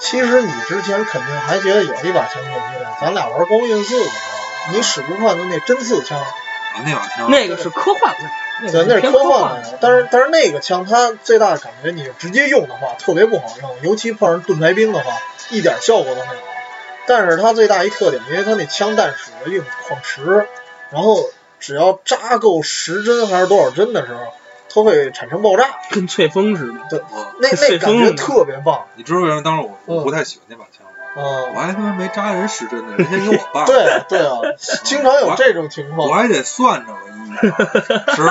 A: 其实你之前肯定还觉得有一把枪会鸡肋，咱俩玩光晕四的时候，你使不惯的那真刺枪，
C: 啊，那把枪，
B: 那个是科幻的，
A: 对，那
B: 那个
A: 是
B: 偏
A: 科
B: 幻
A: 幻
B: 的
A: 的。但是但是那个枪它最大的感觉，你直接用的话特别不好用，尤其碰上盾牌兵的话，一点效果都没有。但是它最大一特点，因为它那枪弹使的用矿石，然后只要扎够十针还是多少针的时候，它会产生爆炸，
B: 跟翠峰似的。
C: 我，
A: 那那
B: 碎
A: 感
B: 风
A: 觉
B: 的
A: 特别棒。
C: 你知道为什么当时我我
A: 嗯
C: 不太喜欢那把枪吗？我
A: 嗯，
C: 还他妈没扎人使针呢，人家给我 爸，
A: 对啊对啊，经常有这种情
C: 我
A: 况。
C: 还得算着我一 啊秒，十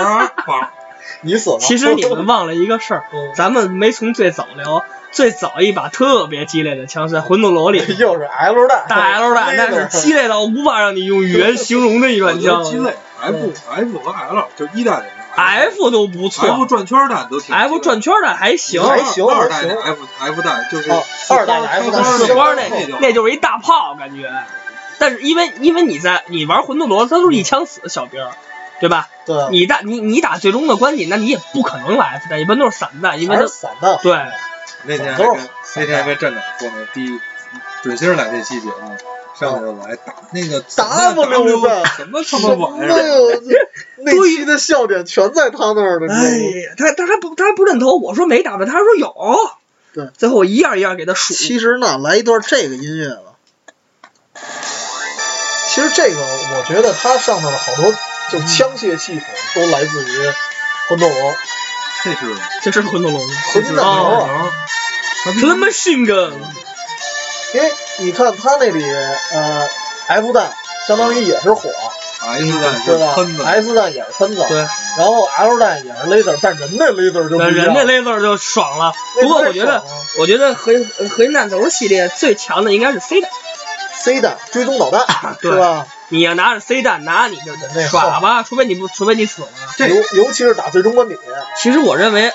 C: 八，
A: 你死了。
B: 其实你们忘了一个事儿，
A: 嗯
B: 咱们没从最早聊，最早一把特别鸡肋的枪是在魂斗罗里
A: 又是 L 弹，
B: 大 L 弹，那是鸡肋到无法让你用语言形容的一
C: 我
B: 款
C: 觉
B: 枪
C: 得鸡肋，F F 和 L 就一代里面
B: ，F 都不
C: F
B: 错
C: 转圈弹都挺鸡肋
B: ，F 转圈的还行，
A: 还行
C: 二
A: 还
C: 代的
A: 行
C: F F 弹就是
A: 哦二代的 F 弹
B: 四
C: 花
B: 花
C: 那
B: 那
A: 个
C: 就
B: 那就是一大炮感觉。但是因为因为你在你玩魂斗罗，它都是一枪死的小兵儿，对吧？
A: 对啊，
B: 你打你你打最终的关键，那你也不可能用 F 弹，一般都是散弹，因为
A: 还
B: 它
A: 是散弹。
B: 对
C: 那天还跟那天还跟站长说呢，第一准星儿来这期节目，上去就来打那个
A: W 吧
C: 什么他妈玩意
A: 哎
C: 儿？
A: 呦，那期的笑点全在他那儿呢，
B: 哎呀，他他还不他还不认头，我说没打败，他说有。
A: 对，
B: 最后我一样一样给他数。
A: 其实呢，来一段这个音乐吧。其实这个，我觉得它上面的好多就
B: 嗯
A: 枪械系统都来自于魂斗罗，
C: 这是
B: 这是魂斗罗吗？哦
A: 魂斗罗。
C: 啊，
B: 他妈训个，
A: 因为你看它那里，呃，F 弹相当于也是火，
B: 嗯
C: F 弹是
A: 对吧
C: 喷的，
A: ？S 弹也是喷子，
B: 对，
A: 然后 L 弹也是 laser，但人那 laser 就不
B: 那
A: 一
B: 人
A: 样
B: 家。那字儿就爽了。不过我觉得，我觉得核核心弹头系列最强的应该是 C 弹，
A: C 弹追踪导弹
B: 对
A: 是吧？
B: 你要拿着 C 弹拿你就
A: 那好
B: 耍吧，除非你不，除非你死了。
C: 这
A: 尤尤其是打最终关底，
B: 其实我认为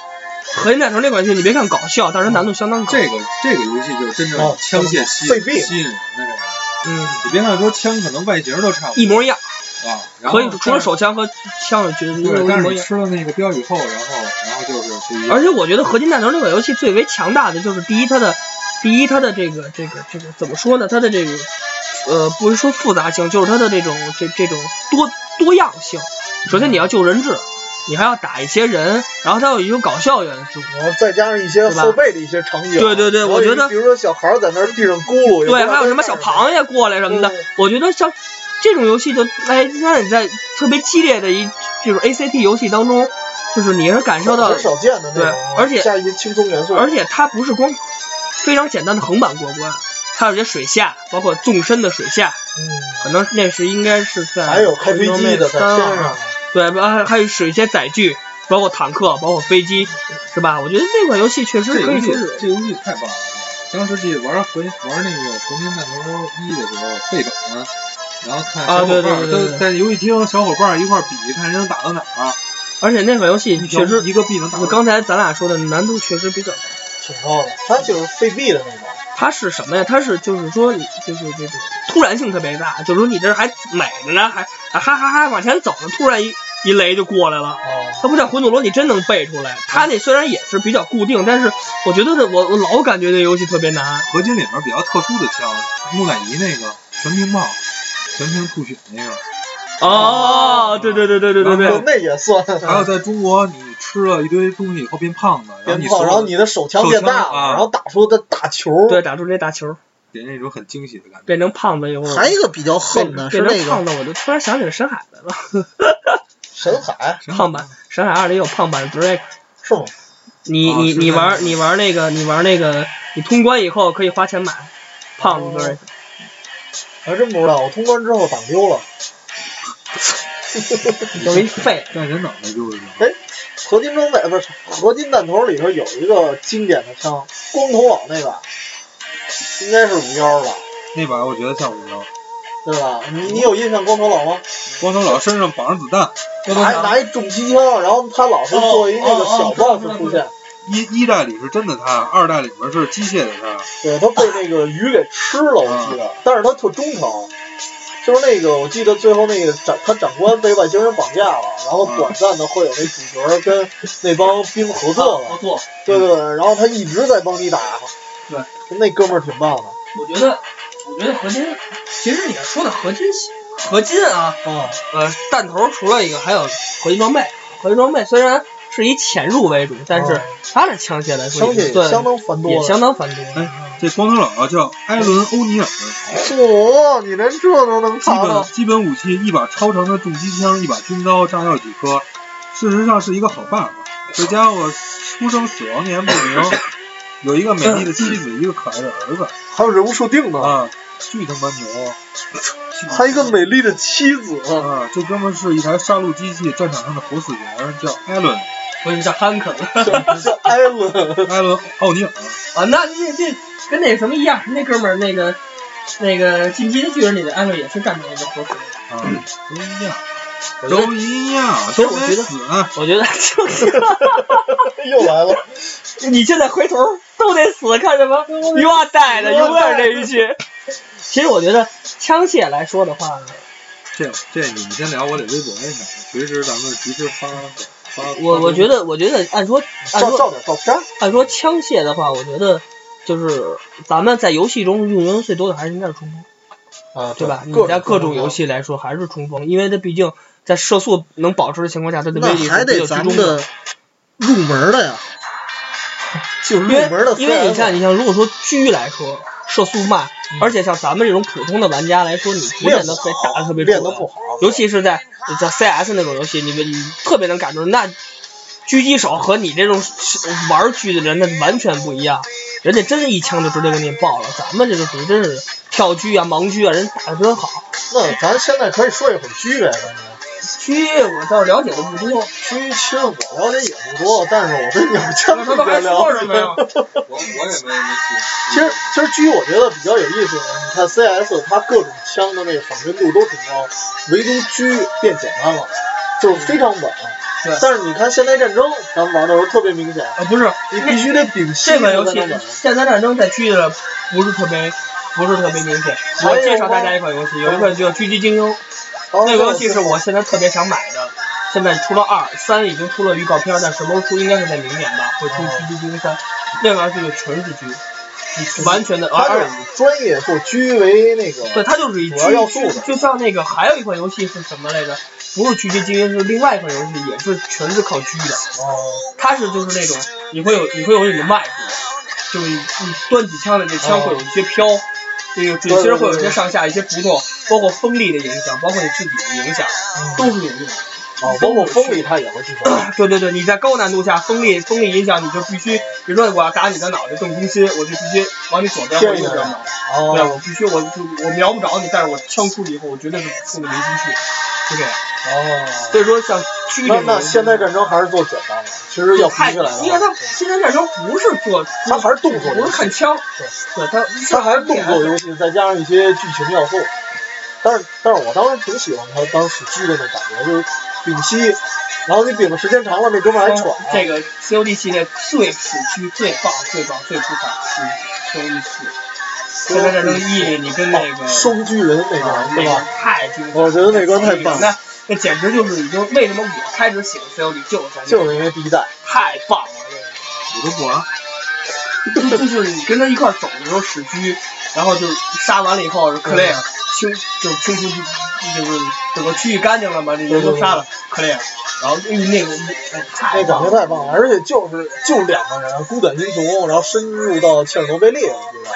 B: 核心弹头那款剧，你别看搞笑，但是难度相当高。
C: 这个这个游戏就是真正
A: 哦
C: 枪械吸
A: 碎币
C: 吸引人的这个。
B: 嗯，
C: 你别看说枪可能外形都 差不
B: 一模一样，
C: 多啊，然后
B: 可以除了手枪和枪是绝对
C: 对，但是
B: 一模一
C: 你
B: 样。
C: 吃了那个标以后，然后然后就是不一样。
B: 而且我觉得合金弹头这款游戏最为强大的就是第一，它的第一它的这个这个这个怎么说呢？它的这个呃不是说复杂性，就是它的这种这这种多多样性。首先你要救人质，你还要打一些人，然后它有一种搞笑元素。
A: 然后再加上一些
B: 对吧
A: 后背的一些场景。
B: 对对对我觉得
A: 比如说小孩儿在那儿地上咕噜，也不知
B: 对，
A: 道
B: 还有什么小螃蟹过来什么的
A: 对对对，
B: 我觉得像这种游戏就哎，那你在特别激烈的一这种 ACT 游戏当中，就是你能感受到
A: 很少见的那
B: 对
A: 种，
B: 而且
A: 加一些轻松元素，
B: 而且它不是光非常简单的横版过关，它有些水下，包括纵深的水下，
A: 嗯，
B: 可能那是应该是在
A: 还有开飞机的在
B: 三
A: 天上，
B: 对，包括还有水一些载具，包括坦克，包括飞机，是吧？我觉得这款游戏确实
C: 这
B: 可
C: 游
B: 以
C: 戏
B: 说是
C: 这游戏太棒了！啊当时这玩回玩那个《合金弹头一》的时候，背梗呢，然后看
B: 啊
C: 小伙
B: 对对
C: 伴儿
B: 对对
C: 都
B: 对
C: 在游戏厅，小伙伴儿一块儿比，看谁能打到哪儿。啊
B: 而且那款游戏确实，
C: 一个币能打到
B: 就
C: 哪儿。
B: 刚才咱俩说的难度确实比较高。
A: 挺高的。它就是废币的那种，
B: 它是什么呀？它是就是说你就是这种突然性特别大，就是说你这还美着呢，还还还还还往前走呢，突然一一雷就过来了。
A: 哦，
B: 它不像魂斗罗，你真能背出来。它那虽然也是比较固定，但是我觉得这我我老感觉这游戏特别难。
C: 合金里面比较特殊的枪，木乃伊那个全屏炮，全屏吐血那个，
B: 哦，对对对对对对
A: 就
B: 对，
A: 那也算。
B: 嗯
C: 还有在中国你吃了一堆东西以后变胖子，然后
A: 鞭
C: 你
A: 炮，
C: 手
A: 然后你的手枪变大
C: 手
A: 了，
C: 枪啊
A: 然后打出的大球。
B: 对打出这大球，
C: 给人一种很惊喜的感觉。
B: 变成胖子以后，
D: 还有一个比较
B: 变
D: 横的是
B: 变
D: 那
B: 成
D: 个
B: 胖子，我就突然想起了深海来了。
A: 神海
B: 胖版深海二里有胖版 Drake，
A: 是吗？
B: 你
C: 哦
B: 你
C: 是
B: 你
C: 的
B: 玩你玩那个你玩那个，你通关以后可以花钱买胖子 Drake。
A: 还真不知道，我通关之后打丢了。
B: 有一废。
C: 战神脑袋就是这样
A: 合金装备呃不是合金弹头里头有一个经典的枪，光头佬那把，应该是五幺吧，
C: 那把我觉得像五幺，
A: 对吧？你你有印象光头佬吗？
C: 光头佬身上绑着子弹，光头
A: 拿
C: 佬
A: 拿一重机枪，然后他老是做一那个小 boss 出现，
C: 一一代里是真的他，二代里面是机械的他。
A: 对他被那个鱼给吃了，我记得，但是他特忠诚，就是那个，我记得最后那个长他长官被外星人绑架了，然后
C: 嗯
A: 短暂的会有那主角跟那帮兵合作
B: 合
A: 了，
B: 作，
A: 对对对，然后他一直在帮你打，
B: 对，
A: 那哥们儿挺棒的，
B: 我觉得，我觉得合金，其实你要说的合金，合金啊，
A: 啊，
B: 呃，弹头除了一个，还有合金装备。合金装备虽然是以潜入为主，但是
A: 嗯
B: 它的枪械来说
A: 枪
B: 也
A: 械也相
B: 算
A: 当繁多嗯
B: 也
A: 的，
B: 相当繁多。
C: 这光头佬叫艾伦·欧尼尔，
A: 嚯，你连这都能
C: 基
A: 查
C: 本
A: 到，
C: 基本武器一把超长的重机枪，一把军刀，炸药几颗。事实上是一个好爸爸。这家伙出生死亡年不明，有一个美丽的妻子，一个可爱的儿子
A: 还有人物设定呢，
C: 啊，巨他妈牛！
A: 还有一个美丽的妻子，
C: 啊，这哥们儿是一台杀戮机器，战场上的活死人，叫艾伦
B: 我就叫汉 肯啊，
A: 叫艾伦，
C: 艾伦奥尼尔。
B: 那那这跟那什么一样，那哥们儿那个那个进击的巨人里的艾伦也是干成一个活死人。
C: 啊，都一样，
B: 我觉得
C: 都一样，
B: 所以
C: 都
B: 我
C: 没
B: 觉得
C: 死啊！
B: 我觉得就是。
A: 又来了，
B: 你现在回头都得死，看什么 You are dead，永远这一句。 其实我觉得枪械来说的话，
C: 这这你们先聊，我得微博一下，随时咱们及时发发。
B: 我我觉得，我觉得按说按
A: 照
B: 说
A: 照点照片儿，
B: 按说枪械的话，我觉得就是咱们在游戏中运用最多的还是应该是冲锋，
A: 啊，
B: 对吧？
A: 各
B: 你在各种游，戏来说还是冲锋，因为它毕竟在射速能保持的情况下，它的威
A: 那
B: 力
A: 还
B: 是比
A: 得
B: 较
A: 咱
B: 集
A: 们
B: 中的。
A: 的入门的呀，就是入
B: 因为
A: 门的 CS，
B: 因为你看，你像如果说狙来说，射速慢，而且像咱们这种普通的玩家来说，你
A: 嗯
B: 不
A: 练
B: 见
A: 得
B: 得
A: 好
B: 被打得特别
A: 练
B: 准
A: 得不好，
B: 尤其是在在 CS 那种游戏，你们你特别能感受，那狙击手和你这种玩狙的人那完全不一样，人家真是一枪就直接给你爆了，咱们这个属于真是跳狙啊、盲狙啊，人打的真好。
A: 那咱现在可以说一会儿狙呗，咱们。
B: 狙我倒是了解的不多，
A: 狙其实我了解也不多，但是我跟鸟枪
B: 那他们还
A: 聊
B: 说什么呀？
C: 我我也没没
A: 其实其实狙我觉得比较有意思的，你看 CS 它各种枪的那个仿真度都挺高，唯独狙变简单了，就是非常稳。
B: 对
A: 但是你看现代战争，咱们玩的时候特别明显，
B: 啊不是，
A: 你必须得屏息
B: 这款游
A: 才
B: 戏
A: 能
B: 《
A: 稳
B: 现代战争》在狙的不是特别。不是特别明显，
A: 还
B: 我嗯
A: 有
B: 介绍大家一款游戏，有一款叫《狙击精英》，
A: 然后
B: 那个游戏是我现在特别想买的，现在出了二三已经出了预告片，但什么时候出应该是在明年吧，会出《狙击精英三》。那玩意儿就是纯是狙，完全的，而
A: 它
B: 而
A: 是以专业做狙为那个，哦
B: 对，它就是以
A: 主要
B: 狙
A: 要素的
B: 就像那个还有一款游戏是什么来着？不是狙击精英，是另外一款游戏，也是全是靠狙的。
A: 哦，
B: 它是就是那种你会有你会有你的脉搏，就是你端起枪的那
A: 哦
B: 枪会有一些飘，这个准心儿会有一些上下一些浮动，包括风力的影响，包括你自己的影响，都是有用的。
A: 嗯哦，包括风力它也 会去哦手。
B: 对对对，你在高难度下，风力风力影响，你就必须，比如说我要打你的脑袋正中心，我就必须往你左边或右边瞄。对，我
A: 哦
B: 必须我就我瞄不着你，但是我枪出去以后，我绝对是冲着你进去，就这样。
A: 哦，
B: 所以说像狙这
A: 那
B: 种，
A: 那现代战争还是做简单的，其实要比
B: 太
A: 起来的话，
B: 因为它现在战争不是做，
A: 它还是动作
B: 不
A: 游
B: 是
A: 戏，
B: 看枪，对它
A: 它还是动作游戏，再加上一些剧情要素。但是但是我当时挺喜欢他当时狙的那感觉，就是屏息，然后你屏的时间长了，那哥们儿还啊喘。
B: 这个 COD 系列最普及、最棒、最棒、最出彩是 COD 四，现在战争一你跟那个
A: 双狙人那
B: 啊
A: 个，
B: 那
A: 对
B: 个
A: 吧？
B: 太精彩了，
A: 我觉得那关太棒了，
B: 那那简直就是已经为什么我开始喜欢 COD 就是在那
A: 就是因为第一代。
B: 太棒了，
C: 我都不玩。
B: 这 个就就是你跟他一块儿走的时候使狙，然后就杀完了以后，clear
A: 嗯
B: 清就是清除就是整个区域干净了嘛，这人都杀了 clear，然后嗯那个哎太
A: 那感
B: 棒
A: 觉
B: 了，
A: 太棒了，而且就是就两个人孤胆英雄，然后深入到切尔诺贝利，我觉得。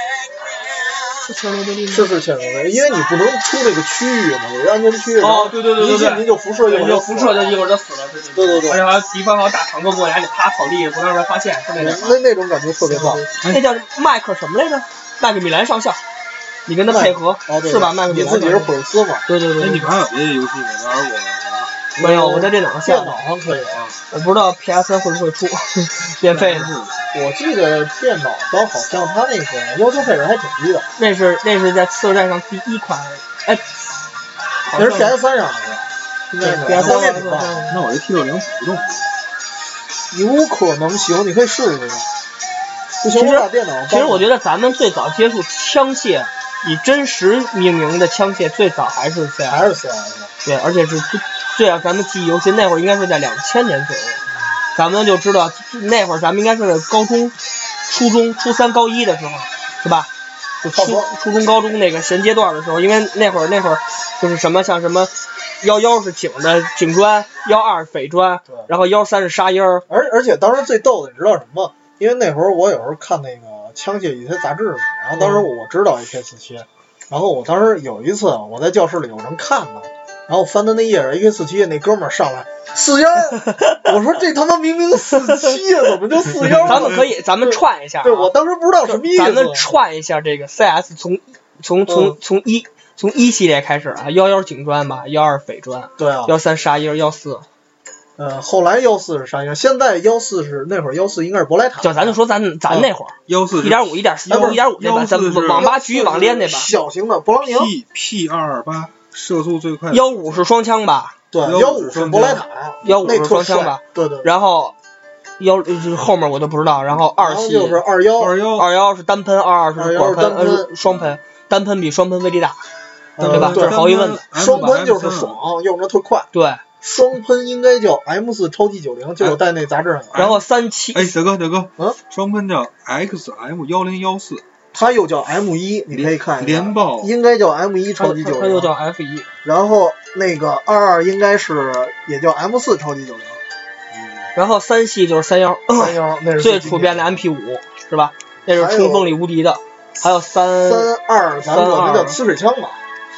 B: 是全罗贝利吗
A: 是是潜水因为你不能出那个区域嘛，有一个安全区。然后
B: 哦对对对对
A: 一进您就辐射，
B: 对，就辐射，就一
A: 就。
B: 会儿就死了，对
A: 对对对
B: 而且还有敌方还有大长棍过来，还得趴草地，不让人发现，是那种。
A: 那那种感觉特别棒。
B: 那叫麦克什么来着？麦克米兰上校，你跟他配合
A: 啊，对，
B: 是吧？麦克米
A: 你
B: 兰
A: 自己是普鲁斯嘛？
B: 对对
C: 哎，你
B: 对
C: 们还有别的游戏吗？当然我玩了。
B: 对，没有，我在电脑上下
A: 啊电
B: 的
A: 脑，上可以。啊
B: 我不知道 PS 会不会出免费的。
A: 我记得电脑上好像它那个要求配置还挺低的，
B: 那是那是在次世代上第一款，哎，
A: 那是 PS 三上的。应该是
B: PS
A: 画面挺棒的，
C: 那我这 T 六零不动。
A: 有可能行，你可以试试去。不行，
B: 其
A: 我
B: 实
A: 把电脑。
B: 其实我觉得咱们最早接触枪械以真实命名的枪械最早还是 CS，
A: 还是 CS。
B: 对，而且是最最让咱们记忆犹新，那会儿应该是在两千年左右，咱们就知道那会儿咱们应该是高中、初中、初三、高一的时候，是吧？就
A: 差不
B: 初
A: 多
B: 初中、高中那个衔接段的时候，因为那会儿那会儿就是什么像什么幺幺是井的井砖，幺二匪砖，
A: 对
B: 然后幺三是沙鹰儿，
A: 而而且当时最逗的，你知道什么吗？因为那会儿我有时候看那个《枪械与它》杂志嘛，然后当时
B: 嗯
A: 我知道 AK 四七，然后我当时有一次啊我在教室里我能看到，然后翻到那页 AK 四七那哥们儿上来四 幺，我说这他妈明明四七呀，怎么就四幺？
B: 咱们可以咱们串一下啊、
A: 对我当时不知道什么意思，嗯
B: 咱们串一下这个 CS 从从从从一从一系列开始啊，幺幺井砖吧，幺二匪砖，
A: 对啊，
B: 幺三沙鹰，幺四
A: 嗯，后来幺四是啥样？现在幺四是那会儿幺四应该是珀莱塔，
B: 就咱就说咱咱那会儿
C: 幺四
B: 一点五一点
A: 嗯哎不是
B: 一点五那版，
C: 14
B: 咱
C: 是
B: 们网吧局域网恋那版，
A: 小型的勃朗宁，
C: P P 二二八射速最快，
B: 幺五是双枪吧，
A: 对，
C: 15
A: 幺五是
C: 双枪
A: 珀莱塔，
B: 幺五
A: 那
B: 是
A: 特
B: 双枪
A: 帅
B: 吧，，
A: 对对，对
B: 然后幺就是后面我都不知道，然后二
A: 然后
B: 系
A: 就是二幺，
C: 二幺
B: 二幺是啊单喷，二二是广
A: 21是
B: 喷，
A: 单喷
B: 呃双喷，单喷比双喷威力大，
A: 呃
B: 对吧
A: 对
B: 这是毫无疑问的
A: 双喷就是，爽，用着特快。
B: 对，
A: 双喷应该叫 M 四超 G 九零，就
B: 哎
A: 我带那杂志上有。
B: 然后三七
C: 哎，大哥大哥，
A: 嗯
C: 双喷叫 X M 幺零幺四，
A: 它又叫 M 一，你可以哎看一下
C: 连爆嗯
A: 应该叫 M 一
B: 它
A: 超级九
B: 它又叫
A: 零。
B: F 一，
A: 然后那个二二应该是也叫 M 四超级九零，
B: 然后三系就是三幺，
A: 三幺那是
B: 哦最
A: 经
B: 普遍
A: 典
B: 的 MP 五是吧？那是冲锋里无敌的，还有三
A: 三二，咱们管它叫呲水枪吧，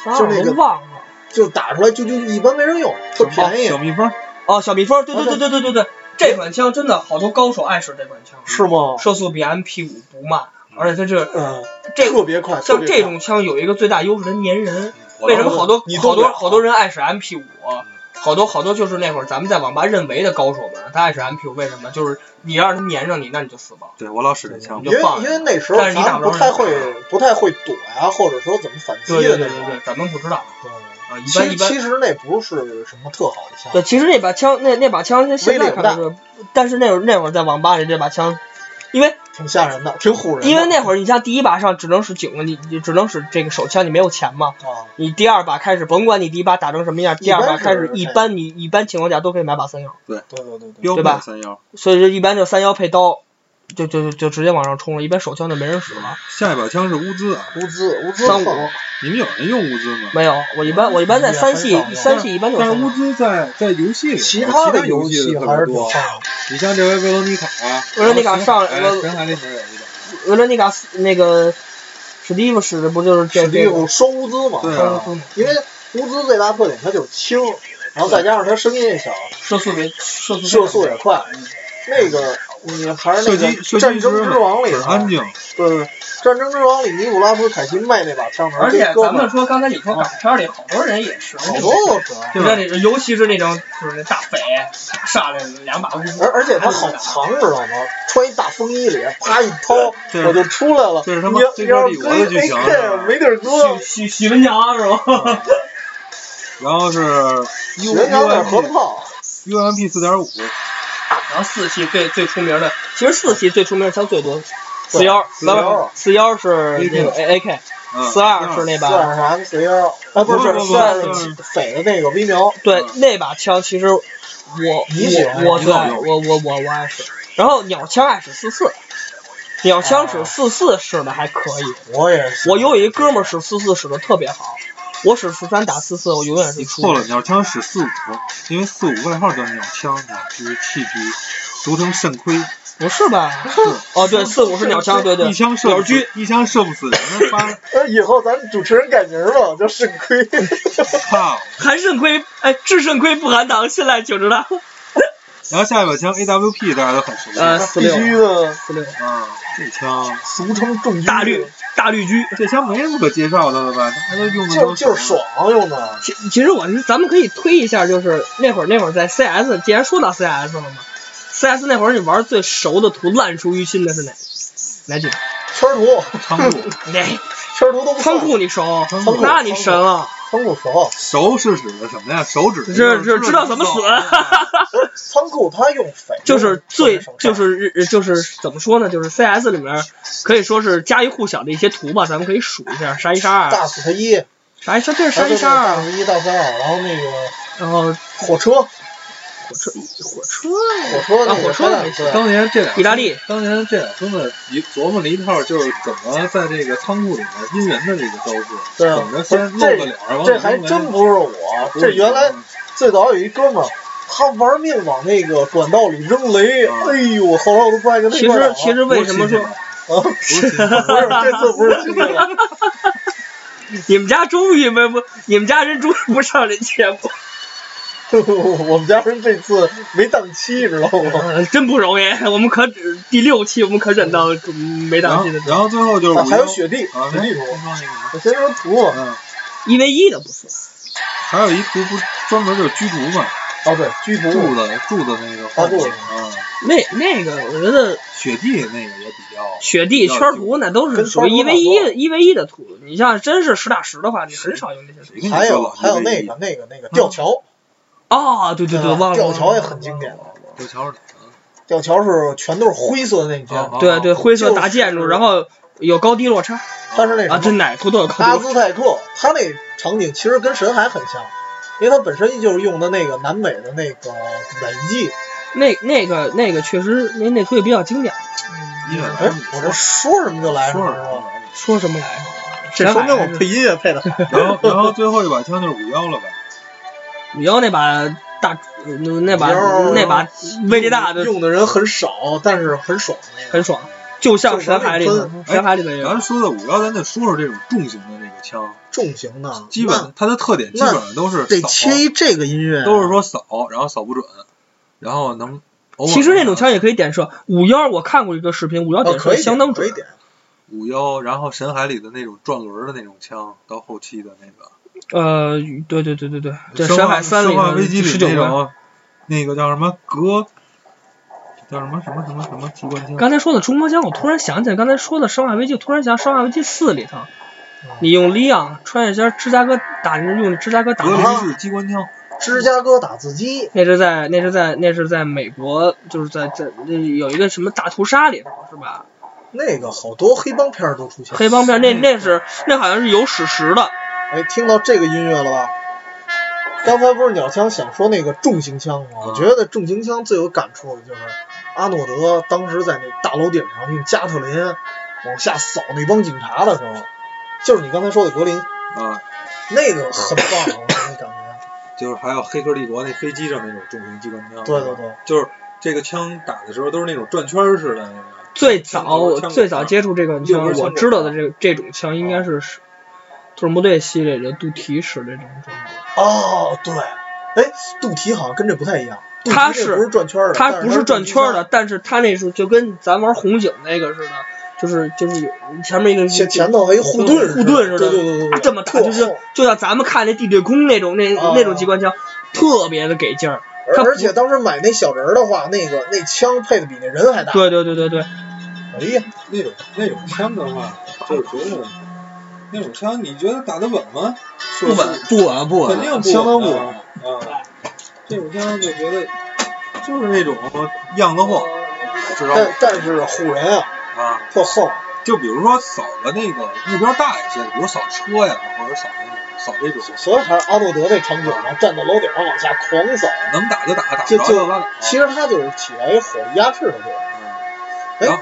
B: 三
A: 就
B: 二
A: 那个
B: 我忘了
A: 就打出来就就一般没人用，特便宜
C: 小，蜜蜂，
B: 哦，小蜜蜂，对对对对对对对，这款枪真的好多高手爱使这款枪，
A: 是吗？
B: 射速比 MP 五不慢，而且它是
A: 嗯，
B: 这
A: 特别快，特
B: 像
A: 别
B: 这
A: 快
B: 种枪有一个最大优势，它粘人。
C: 我
B: 为什么
A: 当
B: 好多
A: 时你嗯
B: 好
A: 动不
B: 多
A: 了
B: 好多人爱使 MP 五？好多好多就是那会儿咱们在网吧认为的高手们，他爱使 MP 五，为什么？就是你让他粘上你，那你就死亡。
C: 对我老使这枪
B: 你
A: 因
B: 就
A: 为
B: 放
A: 因为那时候
B: 但是你打
A: 咱
B: 不着
A: 不太
B: 人
A: 会不太会躲呀，或者说怎么反击
B: 对
A: 的那
B: 对对
A: 种
B: 对。对，咱们不知道
A: 对
B: 啊，一
A: 其
B: 般
A: 实
B: 一般
A: 其实那不是什么特好的枪，
B: 对，其实那把枪，那那把枪是现在看来是，但是那会儿那会儿在网吧里这把枪，因为
A: 挺吓人的，挺唬人的。
B: 因为那会儿你像第一把上只能使警棍，你你只能使这个手枪，你没有钱嘛。
A: 啊，
B: 你第二把开始，甭管你第一把打成什么样，第二把开始
A: 哎
B: 一般你一般情况下都可以买把三幺，
A: 对对对对，
C: 标
B: 对吧
C: 配三幺。
B: 所以说一般就三幺配刀，就就就就直接往上冲了，一般手枪就没人使了。
C: 下一把枪是乌兹啊，
A: 乌兹乌兹
B: 三五
A: 放
C: 你们有人用乌兹吗？
B: 没有，我一般我一般在三系
A: 也很少
B: 三系一般就
C: 但是乌
B: 是，
C: 兹在在游戏里，
A: 其
C: 他
A: 他的
C: 游
A: 游
C: 戏
A: 戏
C: 特
A: 还
C: 别
A: 是挺
C: 多。
A: 放
C: 你像这回维罗妮卡，啊
B: 维罗妮卡
C: 然后
B: 上
C: 神海
B: 了
C: 神海里面有一把，
B: 维罗妮卡斯那个史蒂夫使的不就是这
A: 史蒂
B: 这个嗯
A: 夫双乌兹嘛，
C: 对
B: 双
C: 啊
B: 松
A: 因为乌兹最大特点它就是轻，然后再加上它声音也小，
B: 射速也射速
A: 射速也快。那个你还是
C: 射
A: 那个
C: 击射
A: 《
C: 击
A: 战争
C: 之
A: 之王》里
C: 很安
A: 头，
C: 静，
A: 对对，《战争之王》里尼古拉斯凯奇卖那把枪头，
B: 而且
A: 这哥
B: 咱
A: 们
B: 们
A: 儿
B: 说刚才你说港片里好多人也是，
A: 好多都是，
B: 你知道这个，尤其是那种就是那大匪上来两把乌兹，
A: 而而且他好藏，知道吗？穿一大风衣里，啪一掏，
C: 这
A: 我就出来了。
C: 这是他妈
A: 你要
C: 最
A: 你要
C: 高帝国的剧情
A: 跟 AK 没地儿搁
B: 许。许许文强是吧？
C: 然后是 U
A: 人家在核
C: U
A: 炮，
C: U M P 四点五，
B: 然后四系最最出名的，其实四系最出名的枪最多，四
A: 对
B: 幺
A: 四幺
B: 四幺是那个 A K，
C: 嗯
B: 四二是那
A: 四
B: 把，
A: 二是 M 四幺，啊不
C: 不
A: 是
C: 不不
A: 四二
C: 不
A: 是匪的那个微苗，
B: 对
C: 嗯
B: 那把枪其实我
A: 你喜
B: 我
A: 欢
B: 我
C: 你
B: 对
C: 老用
B: 我我我我爱使，然后鸟枪爱使四四，鸟枪
C: 哦
B: 使
A: 啊
B: 四四使的还可以，
A: 我也是。
B: 我有一哥们儿使四四使的特别好，我使四三打四四，我永远是
C: 你
B: 输。
C: 错了，鸟枪使四五，因为四五外号叫鸟枪嘛，就是弃狙，俗称肾亏。
B: 不是吧？哦，对，四五是鸟啊枪，对对
C: 一，枪射
B: 鸟
C: 不
B: 狙
C: 死，一枪射不死人， 发
A: 呃，以后咱主持人改名吧，叫肾亏。
C: 操！
B: 含肾亏，哎，治肾亏不含糖，信赖请知道。
C: 然后下一把枪 A W P 大家都很熟悉，
B: 呃
C: 啊，
B: 四
A: 必
B: 六
A: 须的，
B: 四六
C: 这枪
A: 俗称重
B: 大绿，大绿狙。
C: 这枪没什么可介绍的了吧？大家都用的
A: 就
C: 都
A: 就是爽啊用的。
B: 其其实我是，咱们可以推一下，就是那会儿那会儿在 CS，既然说到 CS 了嘛，CS 那会儿你玩最熟的图，烂熟于心的是哪？哪几个？
A: 圈儿图，
C: 仓库，
B: 哪？
A: 圈儿图都不算
B: 仓库你熟
C: 仓库，
B: 那你神了。
A: 仓库房，
C: 手是指的什么呀？手指的
E: 是
C: 就是
E: 知道怎么死
C: 死。
A: 不是仓库它用匪
E: 就是最
A: 省事儿
E: 就是日就是怎么说呢？就是 CS 里面可以说是家喻户晓的一些图吧，咱们可以数一下：杀一、杀二、
A: 大死啊他一，
E: 杀一、杀这是杀一、杀
A: 大
E: 二，
A: 死一大三二，然后那个
E: 然后
A: 火车，火
E: 火
A: 车
E: 车火车
A: 那个
E: 啊火车
A: 他俩
E: 没
A: 对
C: 当年这俩
E: 意大利
C: 当年这俩兄弟一琢磨了一套，就是怎么在这个仓库里面阴人的这个招式，
A: 对啊
C: 怎么先露个脸儿，
A: 这还真不是我，这原来最早有一哥们儿，他玩命往那个管道里扔雷，
C: 啊
A: 哎呦，后来我都不爱跟他
E: 其
A: 一块儿打
E: 实
A: 了。
E: 其实为什么说
A: 啊，不是，这次不是亲戚了，
E: 你们家终于没不你们家人终于不上这节目，
A: 我们家人这次没档期，知道吗？
E: 呃真不容易。我们可只第六期我们可忍到没
C: 然
E: 档
C: 后
E: 期的
C: 然后最后就是
A: 啊还有
C: 武
A: 雪地，
C: 功啊，
A: 雪
C: 没
A: 地
C: 说
A: 图，
C: 那个吗
A: 我先说图啊吧。
C: 嗯，
E: 一 v 一的不错，
C: 还有一图不是专门就是居竹嘛，
A: 啊，对，居图，
C: 柱子柱子那个
A: 大柱子
C: 啊，
E: 那那个我觉得
C: 雪地那个也比较
E: 雪地圈图那都是属于一 v 一一 v 一的图，你像真是实打实的话，你很少用那些图。
C: 谁跟你
A: 还
C: 说
A: 有
C: 老
A: 还有
C: 一辈
A: 那
C: 一
A: 个那个那个吊桥，
E: 哦，对对对，忘了。
A: 吊桥也很经典的。
C: 过桥是
A: 吊桥是全都是灰色的那
C: 哪
A: 片
C: 个？，
E: 哦对对，
C: 啊，
E: 灰色大建筑，然后有高低落差
A: 它是那什么
E: 啊，这哪图都有高低
A: 阿
E: 落差。
A: 兹泰克，他那场景其实跟神海很像，因为它本身就是用的那个南美的那个染剂。
E: 那那个那个确实，那那图也比较经典。
B: 嗯
C: 音乐
A: 哎，我这说什么就来什
C: 说
A: 么
C: 说
A: 是
C: 说
A: 吧。
E: 说什么来着？
A: 这说明我配音乐配的好。
C: 然后然后最后一把枪就是五幺了呗，
E: 女妖那把大那把那把威力大的
A: 用的人很少，但是很爽那个。
E: 很爽，就像神海里的
C: 哎
E: 神海里的人，
C: 咱说的五幺，咱再说说这种重型的那个枪，
A: 重型的，
C: 基本它的特点基本上都是
A: 那得
C: 扫，
A: 切一这个音乐，
C: 都是说扫，然后扫不准，然后能。偶尔啊
E: 其实那种枪也可以点射。五幺我看过一个视频，五幺
A: 哦
E: 点
A: 可
E: 射
A: 以
E: 相当
A: 可以
E: 准。
A: 点。
C: 五幺，然后神海里的那种转轮的那种枪，到后期的那个
E: 呃，对对对对对，对
C: 生
E: 神
C: 化
E: 海三
C: 生化危
E: 里
C: 机
E: 的
C: 里
E: 十九啊
C: 那
E: 关。
C: 种，那个叫什么格，叫什么什么什么什么机关枪，
E: 刚才说的中国枪，我突然想起来，刚才说的生化危机，我突然想生化危机四里头，你用利昂穿越一下芝加哥打人，用芝加哥打
C: 格
E: 人。
C: 林式机关枪，
A: 芝加哥打字机，
E: 那是在那是在那是在美国，就是在在那有一个什么大屠杀里头是吧？
A: 那个好多黑帮片儿都出现。
E: 黑帮片那那是那好像是有史实的，
A: 哎，听到这个音乐了吧？刚才不是鸟枪想说那个重型枪
E: 嗯
A: 吗？我觉得重型枪最有感触的就是阿诺德当时在那大楼顶上用加特林往下扫那帮警察的时候，就是你刚才说的格林，
C: 啊，
A: 那个很棒，我啊那感觉。
C: 就是还有《黑客帝国》那飞机上那种重型机关
E: 嗯
C: 枪，
A: 对对，对，
C: 就是这个枪打的时候都是那种转圈儿似的那个。
E: 最
C: 枪
E: 早
C: 口
E: 最早接触这个
C: 六
E: 枪，
C: 根枪
E: 我
C: 口
E: 知道的这这种枪应该是是特种部队系列的杜提式的这种装备，
A: 哦对，哎，肚皮好像跟这不太一样，肚
E: 它
A: 皮这
E: 是
A: 不是转圈儿的，
E: 它
A: 但
E: 不
A: 是
E: 是转圈的，但是它那时候就跟咱玩红警那个似的，就是就是有前面一个
A: 它是重前前头还有一护盾
E: 护盾
A: 似的，
E: 似
A: 对
E: 的
A: 对对
E: 啊
A: 对，
E: 这么
A: 特
E: 打就是
A: 厚
E: 就像咱们看那地对空那种那
A: 啊
E: 那种机关枪，特别的给劲儿。它不
A: 而且当时买那小人儿的话，那个那枪配的比那人还大。
E: 对对对对对，
A: 哎呀，
C: 那种那种枪的话，就是觉得那种枪，你觉得打得稳吗？
E: 不稳，不稳不
C: 肯定不稳，
A: 相当不稳
C: 啊。这种枪就觉得就是那种样子货，知道
A: 但但是唬人啊，
C: 啊。
A: 特横。
C: 就比如说扫的那个目标大一些，比如扫车呀，或者扫那种扫这种，
A: 所以还是阿诺德那场景嘛，站在楼顶上往下狂扫。
C: 能打就打，打不
A: 就
C: 着
A: 就
C: 拉倒。
A: 其实他就是起源于火力压制的作用。
C: 嗯然后，
A: 哎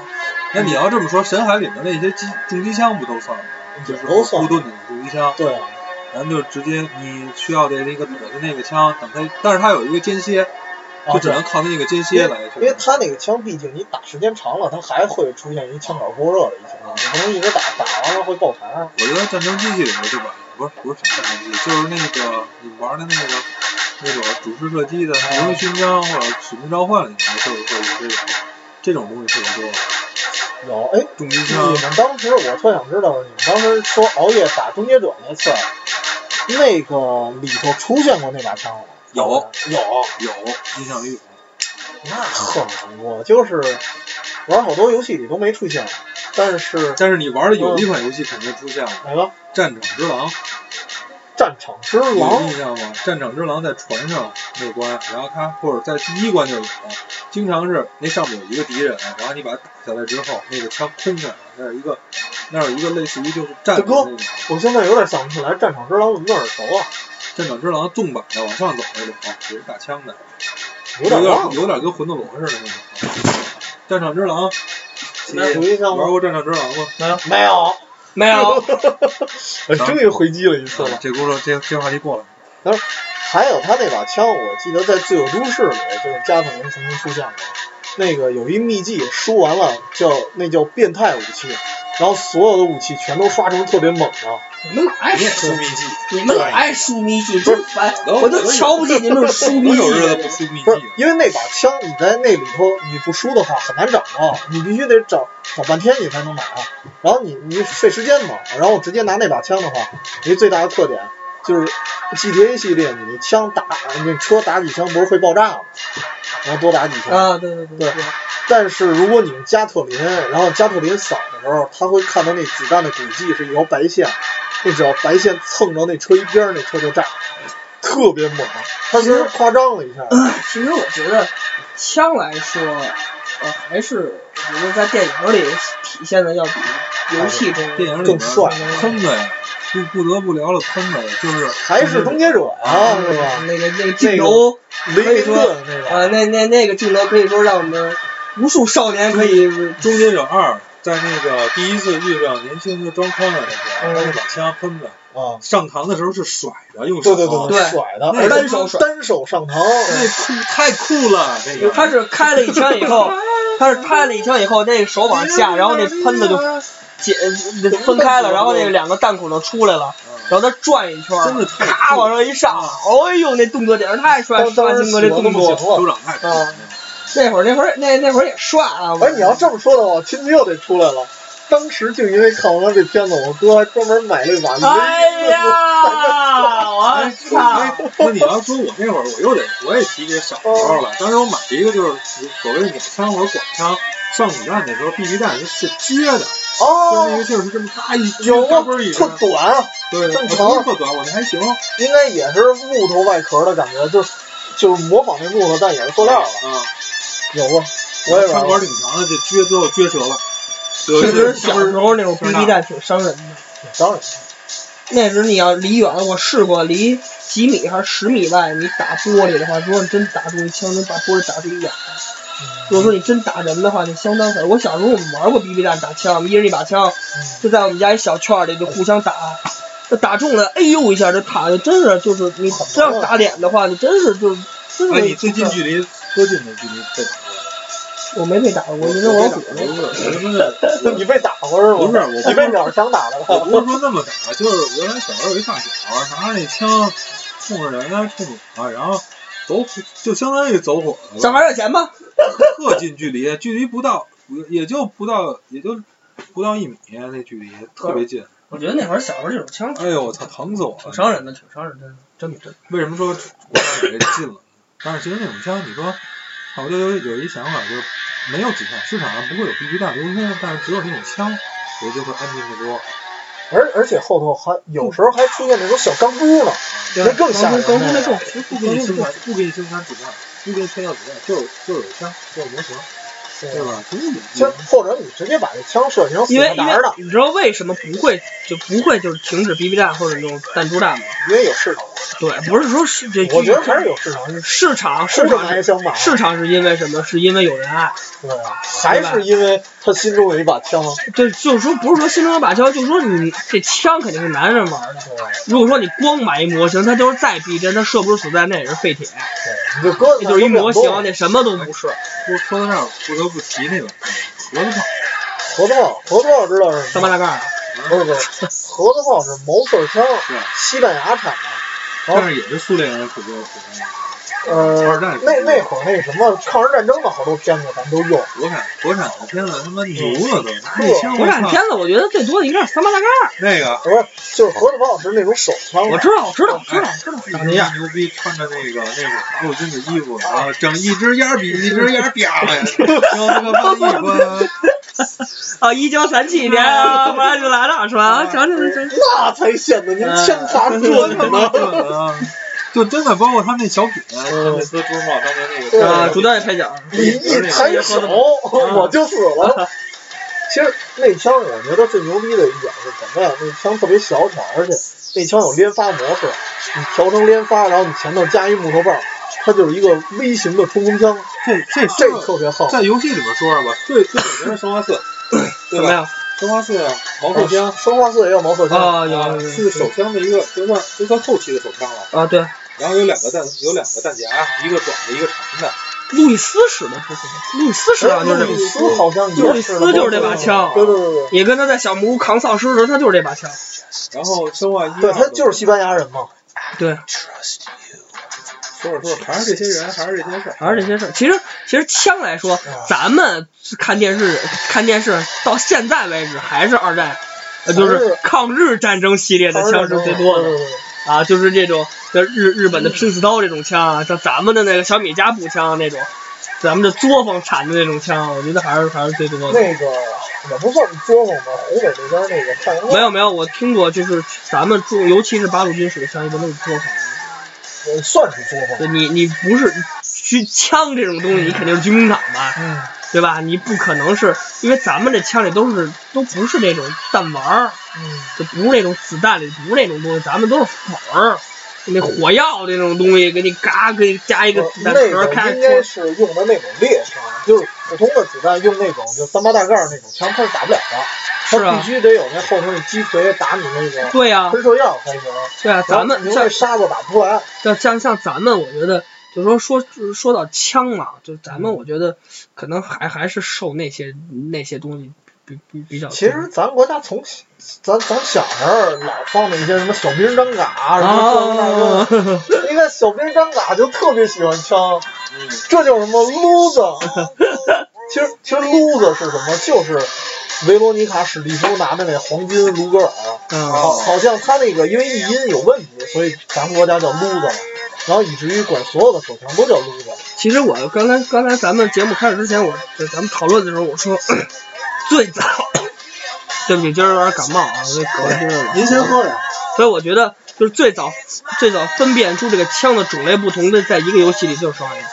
C: 那你要这么说，神海里面那些机重机枪不都算吗？就是
A: 都算
C: 护盾的重机枪，
A: 对啊，
C: 咱就直接你需要的那个躲的那个枪，等它，但是它有一个间歇，就只能靠那个间歇来去。
A: 啊因为他那个枪，毕竟你打时间长了，它还会出现一枪杆过热的一
C: 啊
A: 情况，你不能一直打，打完了会爆啊膛。
C: 我觉得战争机器里面就把不是不是什么战争机器，就是那个你玩的那个那种主视射击的《荣誉勋章》或者《使命召唤》里面，就是会有这种这种东西特别多，
A: 有哎，
C: 重机
A: 你
C: 枪
A: 们当时我特想知道，你们当时说熬夜打终结者那次，那个里头出现过那把枪吗？
C: 有
A: 有，
C: 有印象里有。
A: 那哼，我就是玩好多游戏里都没出现，但是
C: 但是你玩的有一款游戏肯定出现了，
A: 哪个？
C: 战场之狼》，
A: 战场之
C: 你
A: 狼
C: 印，象吗？战场之狼在船上那关，然后他或者在第一关就有，经常是那上面有一个敌人，然后你把他打下来之后，那个枪空下来，那是一个，那是一个类似于就是战的
A: 大哥
C: 那种。
A: 我现在有点想不起来战场之狼怎么那耳熟啊，
C: 战场之狼纵版的往上走那种，啊有一大枪的，
A: 有
C: 点
A: 点忘了。
C: 有点跟魂斗罗似的那种。啊战场之狼，
A: 你有印象
C: 玩
A: 吗？
C: 过战场之狼吗？
A: 没有，
E: 没有，
A: 我终于回击了一次了。
C: 啊这轱辘这这话题过了。
A: 还有他那把枪，我记得在《自由都市》里，就是加藤鹰曾经出现过。那个有一秘技，输完了叫那叫变态武器，然后所有的武器全都刷成特别猛的。
E: 你们老爱
B: 你也出
E: 输
B: 秘，籍，
E: 你们老爱输秘籍，真
A: 哎
E: 烦，
C: 我
E: 我都瞧不起你们输秘
C: 我
E: 籍
C: 有日
E: 的
C: 子
E: 人
C: 不。出秘籍
A: 不是
C: 了，
A: 因为那把枪你在那里头你不输的话很难找到，你必须得找找半天你才能拿。啊然后你你费时间嘛，然后直接拿那把枪的话，一个最大的特点就是 GTA 系列，你枪打那车打几枪不是会爆炸吗？然后多打几枪。
E: 啊，对对对
A: 对，但是如果你用加特林，然后加特林扫的时候，他会看到那子弹的轨迹是一条白线，那只要白线蹭着那车一边儿，那车就炸，特别猛。啊他其实夸张了一下，
E: 其实我觉得枪来说，呃，还是我觉得在电影里体现的要比游戏中
C: 电影里
A: 更
C: 面
A: 帅
C: 喷的呀，不不得不聊了喷的，就是
A: 还是终结者啊，是吧？
E: 那个那个镜头，
A: 雷霆顿那个，
E: 呃，那那那个镜头可以说让我们无数少年可以，
C: 《终结者二》在那个第一次遇上年轻的装康的时候，啊他那把枪喷的，
A: 啊，
C: 上膛的时候是甩着用手，
A: 对对对
E: 对
A: 甩的，
E: 那
A: 而且
E: 单手甩
A: 单手上膛，
C: 那酷太酷了，那个
E: 他是开了一枪以后，他是拍了一枪以后，那个手往下，然后那喷子就解分开了，然后那个两个弹孔就出来了，然后他转一圈，
C: 啊真的太
E: 咔往上一上，哎呦，那动作简直太帅，
A: 当
E: 帅
A: 当时
E: 青哥这
A: 我
E: 动
A: 都不
E: 作。
A: 行 了。
C: 手掌太酷
A: 哦
C: 了。
E: 那会儿那会儿那那会儿也帅啊！我
A: 哎，你要这么说的话，亲戚又得出来了。当时就因为看完了这片子，我哥还专门买了一把雷
E: 哎呀， 我操！
C: 那你要说我那会儿，我又得我也提这小时候
A: 哦
C: 了。当时我买了一个就是所谓的鸟枪或者管枪，上子弹的时候 BB 弹是撅的， 就是那
A: 哦
C: 个，劲儿是这么大一
A: 有
C: 高
A: 啊
C: 分一，
A: 特短，
C: 对，
A: 正常
C: 不是特短，我那还行。
A: 应该也是木头外壳的感觉，就是就是模仿那木头，但也是塑料的。
C: 啊，
A: 有过，我也玩
C: 枪管
A: 过。
C: 挺长的，这撅最后撅折了。有
E: 其
C: 一
E: 实
C: 阵
E: 小时候那种 BB 弹挺伤人的。
A: 当然，
E: 那时候你要离远了，我试过离几米还是十米外，你打玻璃的话，如果你真打中一枪，能把玻璃打出一眼。如果
C: 嗯
E: 说你真打人的话，就相当狠。我小时候我们玩过 BB 弹打枪，我们一人一把枪，就在我们家一小圈儿里就互相打。那打中了，哎呦一下就塔的，真是就是你这样打脸的话，你真是就真
C: 哎，
E: 是。
C: 你最近距离多近的距离被打过？
E: 我没被打过，因为我虎
C: 我我我
A: 你被打过是吗？
C: 不是我
A: 你被鸟枪打的
C: 我
A: 吧？
C: 不是说那么打，就是原来小时候有一发小，拿着那枪冲着人啊，冲着我啊，然后走火就相当于走火
E: 小
C: 了，
E: 孩有钱吗？
C: 特近距离，距离不到也就不到也就不到一米啊那距离，特别近。
E: 我觉得那会儿小时候这种枪
A: 嗯
C: 哎呦我操，疼死我
E: 挺
C: 了！
E: 伤人的，挺伤人的，真的真的。
C: 为什么说国家给禁了？但是其实那种枪，你说，啊我就有有一想法，就是没有几项市场上不会有 BB 弹流通，但是只有那种枪，我就会安静的多。
A: 而而且后头还有时候还出现那种小钢珠呢，那更吓人。
E: 高中那更
C: 不给你生产，不给你生产子弹，不给你推销子弹，就是就是有枪，就是模型，对吧？不用
A: 其实或者你直接把这枪设计成
E: 因为
A: 散
E: 因
A: 弹
E: 为
A: 儿的，
E: 你知道为什么不会就不会就是停止 BB 弹或者那种弹珠弹吗？
A: 因为有市场。
E: 对，不是说是这，
A: 我觉得还是有市场，
E: 市场市
A: 市场
E: 场
A: 还
E: 是
A: 想买。
E: 市场是因为什么？是因为有人爱。
A: 对啊，还是因为他心中有一把枪。
E: 这就是说不是说心中有把枪，就是说你这枪肯定是男人玩的。
A: 对吧
E: 如果说你光买一模型，它就是再逼真，它射不出子弹那也是废铁，
A: 对，你就搁
E: 那就是一模型，
A: 那
E: 那什么都不是。
C: 说说到这儿，不得不提那个盒子炮，
A: 核桃，核桃知道是什
E: 三
A: 么吗？
E: 八大盖儿，
A: 不是不 是，核桃炮是毛瑟枪，
C: 对，
A: 西班牙产
C: 但是也是苏联人普及的。
A: 的。呃
C: 二战，时
A: 那
C: 期
A: 那会儿那什么抗日战争的好多片子咱都用，
C: 国产国产的片子他妈牛了都，那
A: 嗯
C: 枪
E: 国产片子我觉得最多的应该是三八大盖儿。
C: 那个
A: 不是就是核桃炮是那种手枪
E: 我
A: 嘛，
E: 知道，我知道，我知道，我知道。
C: 长那样牛逼，穿着那个那种八路军的衣服，然后整一只烟儿比一只烟儿嗲呀，然后那个万一关
E: 啊，一九三七年啊，马上就来了，是吧？
C: 啊
E: 讲讲讲。
A: 那才显得您
E: 呃
A: 枪法准呢。
C: 准啊！就真的，包括他们那小品，
F: 那次不是嘛，当年那
A: 对
F: 个
E: 啊，主导也开讲，
A: 你一抬手，我就死了。其实那枪我觉得最牛逼的一点是什么呀？那枪特别小巧，而且那枪有连发模式，你调成连发，然后你前头加一木头棒，它就是一个微型的冲锋枪，
C: 这
E: 哎
C: 这
A: 这
C: 说
A: 特别好。
C: 在游戏里面说说吧，最最典型的生化 四，
E: 怎
C: 对
E: 么
C: 吧？
E: 样？
C: 生化四啊，毛克枪
A: 生化四也有毛瑟枪，
C: 嗯
E: 啊，有有有
C: 是手枪的一个，就算就算后期的手枪了。
E: 啊，对，
C: 然后有两个弹，有两个弹夹，一个短的，一个长的。
E: 路易斯使的是什么？哎路易斯使的啊就是这
A: 路易哎斯好像也
E: 路易斯就是这把枪
A: 对
E: 嗯
A: 对对
E: 也跟他在小木屋扛丧尸的时候，他就是这把枪。
C: 然后生化一，
A: 对，对他就是西班牙人嘛。
E: 对，
C: 说着说着，还是这些人，还是这些事儿。
E: 还是这些事儿。其实，其实枪来说，
A: 嗯
E: 咱们看电视看电视到现在为止还是二战，呃，就是抗日战争系列的枪是最多的
A: 对。对对
E: 啊，就是这种就日日本的拼刺刀这种枪啊，像咱们的那个小米加步枪啊那种，咱们的作坊产的那种枪，啊我觉得还是还是最多的。
A: 那个也不算作坊吧，湖北那边那个太阳
E: 没有没有，我听过，就是咱们中，尤其是八路军使的枪，一般都是作坊。
A: 呃算是作坊。
E: 对你你不是去枪这种东西，你肯定是军工厂吧？
A: 嗯，
E: 对吧？你不可能是因为咱们这枪里都是都不是那种弹丸儿，
A: 嗯，
E: 就不是那种子弹里不是那种东西，咱们都是粉儿，就那火药那种东西，给你嘎给你加一个子
A: 呃那
E: 弹壳儿，
A: 个
E: 开
A: 应该
E: 始
A: 是用的那种猎枪，就是普通的子弹用那种就三八大盖儿那种枪，它是打不了的。
E: 是
A: 它
E: 啊
A: 必须得有那后头那击锤打你那个
E: 对呀、
A: 喷射药才行。
E: 对呀、咱
A: 然后你
E: 们
A: 用那
E: 像
A: 沙子打不出来。
E: 像像像咱们，我觉得就是说说就是说到枪嘛，就咱
A: 嗯
E: 们我觉得可能还还是受那些那些东西比比比较多。
A: 其实咱国家从咱咱小时候老放那些什么小兵张嘎啊什么
E: 啊，
A: 这那个，你看小兵张嘎就特别喜欢枪，
C: 嗯，
A: 这叫什么撸子？其实其实撸子是什么？就是维罗妮卡史蒂夫拿的那黄金卢格尔， 好
E: 嗯，
A: 好像他那个因为译音有问题，所以咱们国家叫撸子了。然后以至于管所有的手枪都叫撸子。
E: 其实我刚才刚才咱们节目开始之前，我就咱们讨论的时候，我说最早，对不起，今儿有点感冒啊，我这咳嗽了。
A: 您先喝点。
E: 所以我觉得就是最早最早分辨出这个枪的种类不同的，在一个游戏里就是生化危机，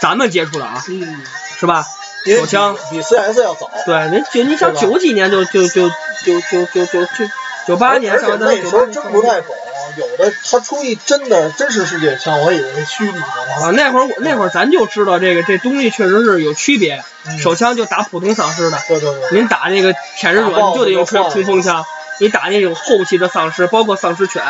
E: 咱们接触的啊，
A: 嗯，
E: 是吧？
A: 因为
E: 手枪
A: 比比 CS 要早。
E: 对，你九你想
A: 对吧
E: 九几年就就就就就就就就九八年
A: 而且
E: 上的，
A: 那时候真不
E: 98年
A: 太懂，有的他出一真的真实世界枪，我以为是虚拟的
E: 啊，
A: 呢。
E: 那会儿我那会儿咱就知道这个这东西确实是有区别，
A: 嗯
E: 手枪就打普通丧尸的，
A: 对对对，
E: 您打那个舔着
A: 打
E: 软
A: BOSS
E: 就得用
A: 就
E: 冲
A: 晃
E: 冲锋枪，你打那种后期的丧尸，包括丧尸犬，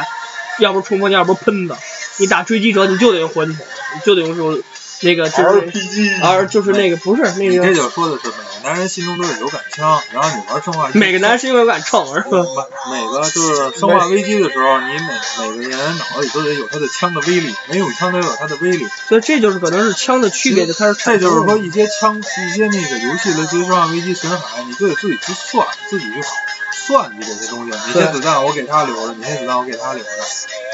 E: 要不是冲锋枪，要不是喷子，你打追击者你就得用混筒，你就得用这种那个就是
A: RPG
E: 而就是那个不是那
C: 你这
E: 个
C: 就说的是每个男人心中都有杆枪，然后你玩生化，
E: 每个男人是因为敢秤是吧？
C: 每每个就是生化危机的时候，你每每个人脑子里都得有他的枪的威力，每种枪都有它的威力。
E: 所以这就是可能是枪的区别就开始产
C: 这
E: 生
C: 就
E: 了
C: 是说一些枪、一些那个游戏，类似于《生化危机》《神海》，你就得自己去算，自己去算计这些东西。你这
E: 对
C: 子弹我给他留着，你这子弹我给他留着，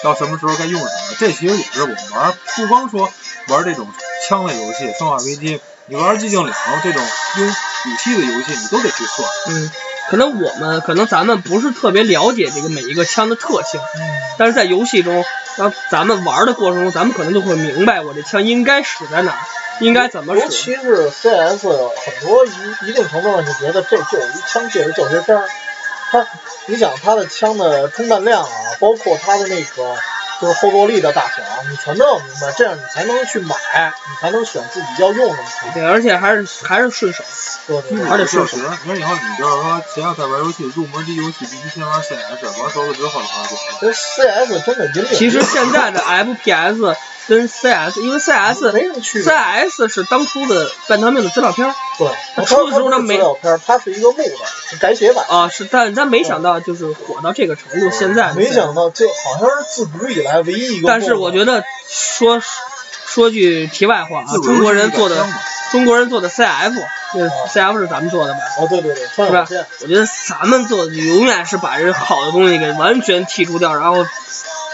C: 到什么时候该用什么？这其实也是我们玩，不光说玩这种枪类游戏，《生化危机》，你玩寂静岭这种用武器的游戏，你都得去算。
E: 嗯，可能我们可能咱们不是特别了解这个每一个枪的特性，但是在游戏中，当咱们玩的过程中，咱们可能就会明白我这枪应该使在哪儿，应该怎么
A: 尤
E: 使。
A: 其是 CS，很多一一定程度上就觉得这就是一枪械，教学生。他，你想他的枪的充弹量啊，包括他的那个就是后坐力的大小，你全都要明白，这样你才能去买，你才能选自己要用的武器。
E: 对，而且还是还是顺手。
A: 对对
E: 而
A: 对
E: 且
C: 确
E: 说
C: 实，你说以后你就是说，谁要在玩游戏入门级游戏，必须先玩 CS，玩熟了之后的话就。
A: 这 CS 真的引领。
E: 其实现在的 FPS 跟 CS，因为 CS
A: 没什么区别。
E: CS 是当初的半条命的资料片儿
A: 对，
E: 它出的时候它
A: 它
E: 没
A: 料片儿，它是一个木的是改写版。
E: 啊，是但但没想到就是火到这个程度，现在的
A: 没想到，这好像是自古以来唯一一个木的。
E: 但是我觉得说说句题外话啊，
C: 自
E: 中国人做
C: 自
E: 的
C: 己枪嘛
E: 中国人做的 CF，就是
A: 哦
E: CF 是咱们做的吧？
A: 哦，对对对，穿越火线，
E: 我觉得咱们做的永远是把人好的东西给完全剔除掉，然后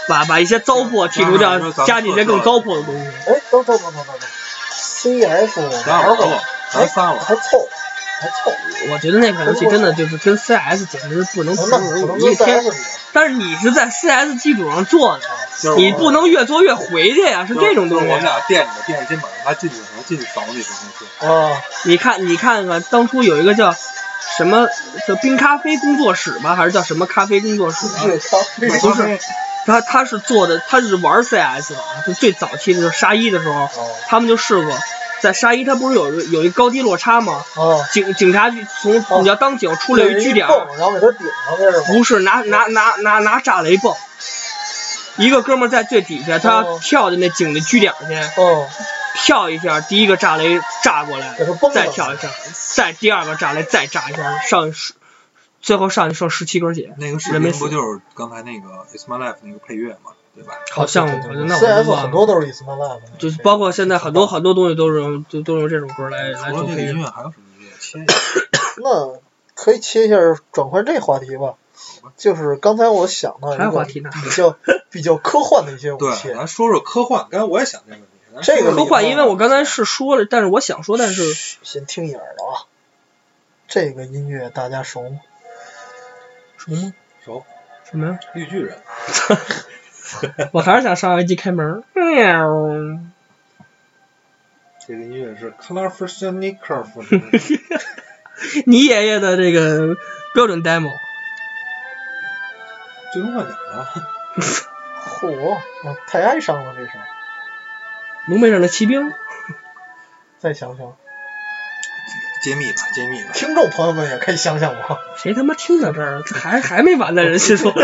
E: 把把一些糟粕剔除掉
C: 嗯嗯嗯，咱们
E: 加进一些更糟粕的东西。
A: 哎，等等等等等等，CF
C: 咱俩玩
A: 过
C: 过，咱仨玩
A: 还凑，还凑合。
E: 我觉得那款游戏真的就是跟 CS 简直不能同
A: 那可
E: 日而
A: 能
E: 语。一
A: 跟
E: 天，
A: CS
E: 但是你是在 CS 基础上做的，
C: 就是
E: 你
C: 我
E: 不能越做越回去呀、是
C: 就是
E: 这种
C: 就
E: 东
C: 是
E: 西。
C: 我们俩垫着垫着肩膀让他进去的时候，进去扫那种东西。
A: 啊，
E: 你看，你看看，当初有一个叫什么叫冰咖啡工作室吧，还是叫什么咖啡工作室、啊？
A: 这咖啡
E: 不是，他他是做的，他是玩 CS 的，啊就最早期的就是沙一的时候，
A: 啊
E: 他们就试过，在沙一他不是有一个有一个高低落差吗？
A: 啊，
E: 警警察局从
A: 哦
E: 你要当警出来有一据点儿，
A: 蹦，然后给他顶上去是吗？
E: 不是拿拿拿拿拿炸雷蹦。一个哥们儿在最底下，他
A: 哦
E: 跳进那井的据点儿去，
A: 嗯，
E: 跳一下，第一个炸雷炸过来，
A: 给他蹦
E: 再跳一下，再第二个炸雷再炸一下，上去最后上去剩十七根血，
C: 那个视
E: 人没
C: 频
E: 死
C: 不就是刚才那个《It's My Life》那个配乐嘛，对吧？
E: 好像我觉得那我
A: C
E: 就
A: S
E: 忘
A: 很
E: 了，
A: 多都是 Is My Life，的
E: 就是包括现在很多很多东西都是用都都用这种歌来来
C: 除
E: 做
C: 了这个
E: 配
C: 音
E: 乐。
C: 乐，还有什么音乐？切一
A: 那可以切一下转换这话题吧，就是刚才我想到一
E: 还有
A: 个
E: 话题呢？
A: 比 较比较科幻的一些武器
C: 对，，咱说说科幻。刚才我也想这个问题。咱说
A: 这个
C: 说
E: 科幻，
A: 里头
E: 因为我刚才是说了，但是我想说，但是
A: 先听一耳朵啊。这个音乐大家熟吗？
E: 熟吗？
C: 熟。
E: 什么呀？
C: 绿巨人，
E: 我还是想上一机开门。喵。
C: 这个音乐是 Colorful s o n i c r f 的。
E: 你爷爷的这个标准 demo，
C: 最终幻想啊，
A: 嚯，我太哀伤了，这是。
E: 龙背上的骑兵，
A: 再想想，
C: 揭秘吧，揭秘 吧。
A: 听众朋友们也可以想啊想我。
E: 谁他妈听到这儿这还还没完呢？人心说，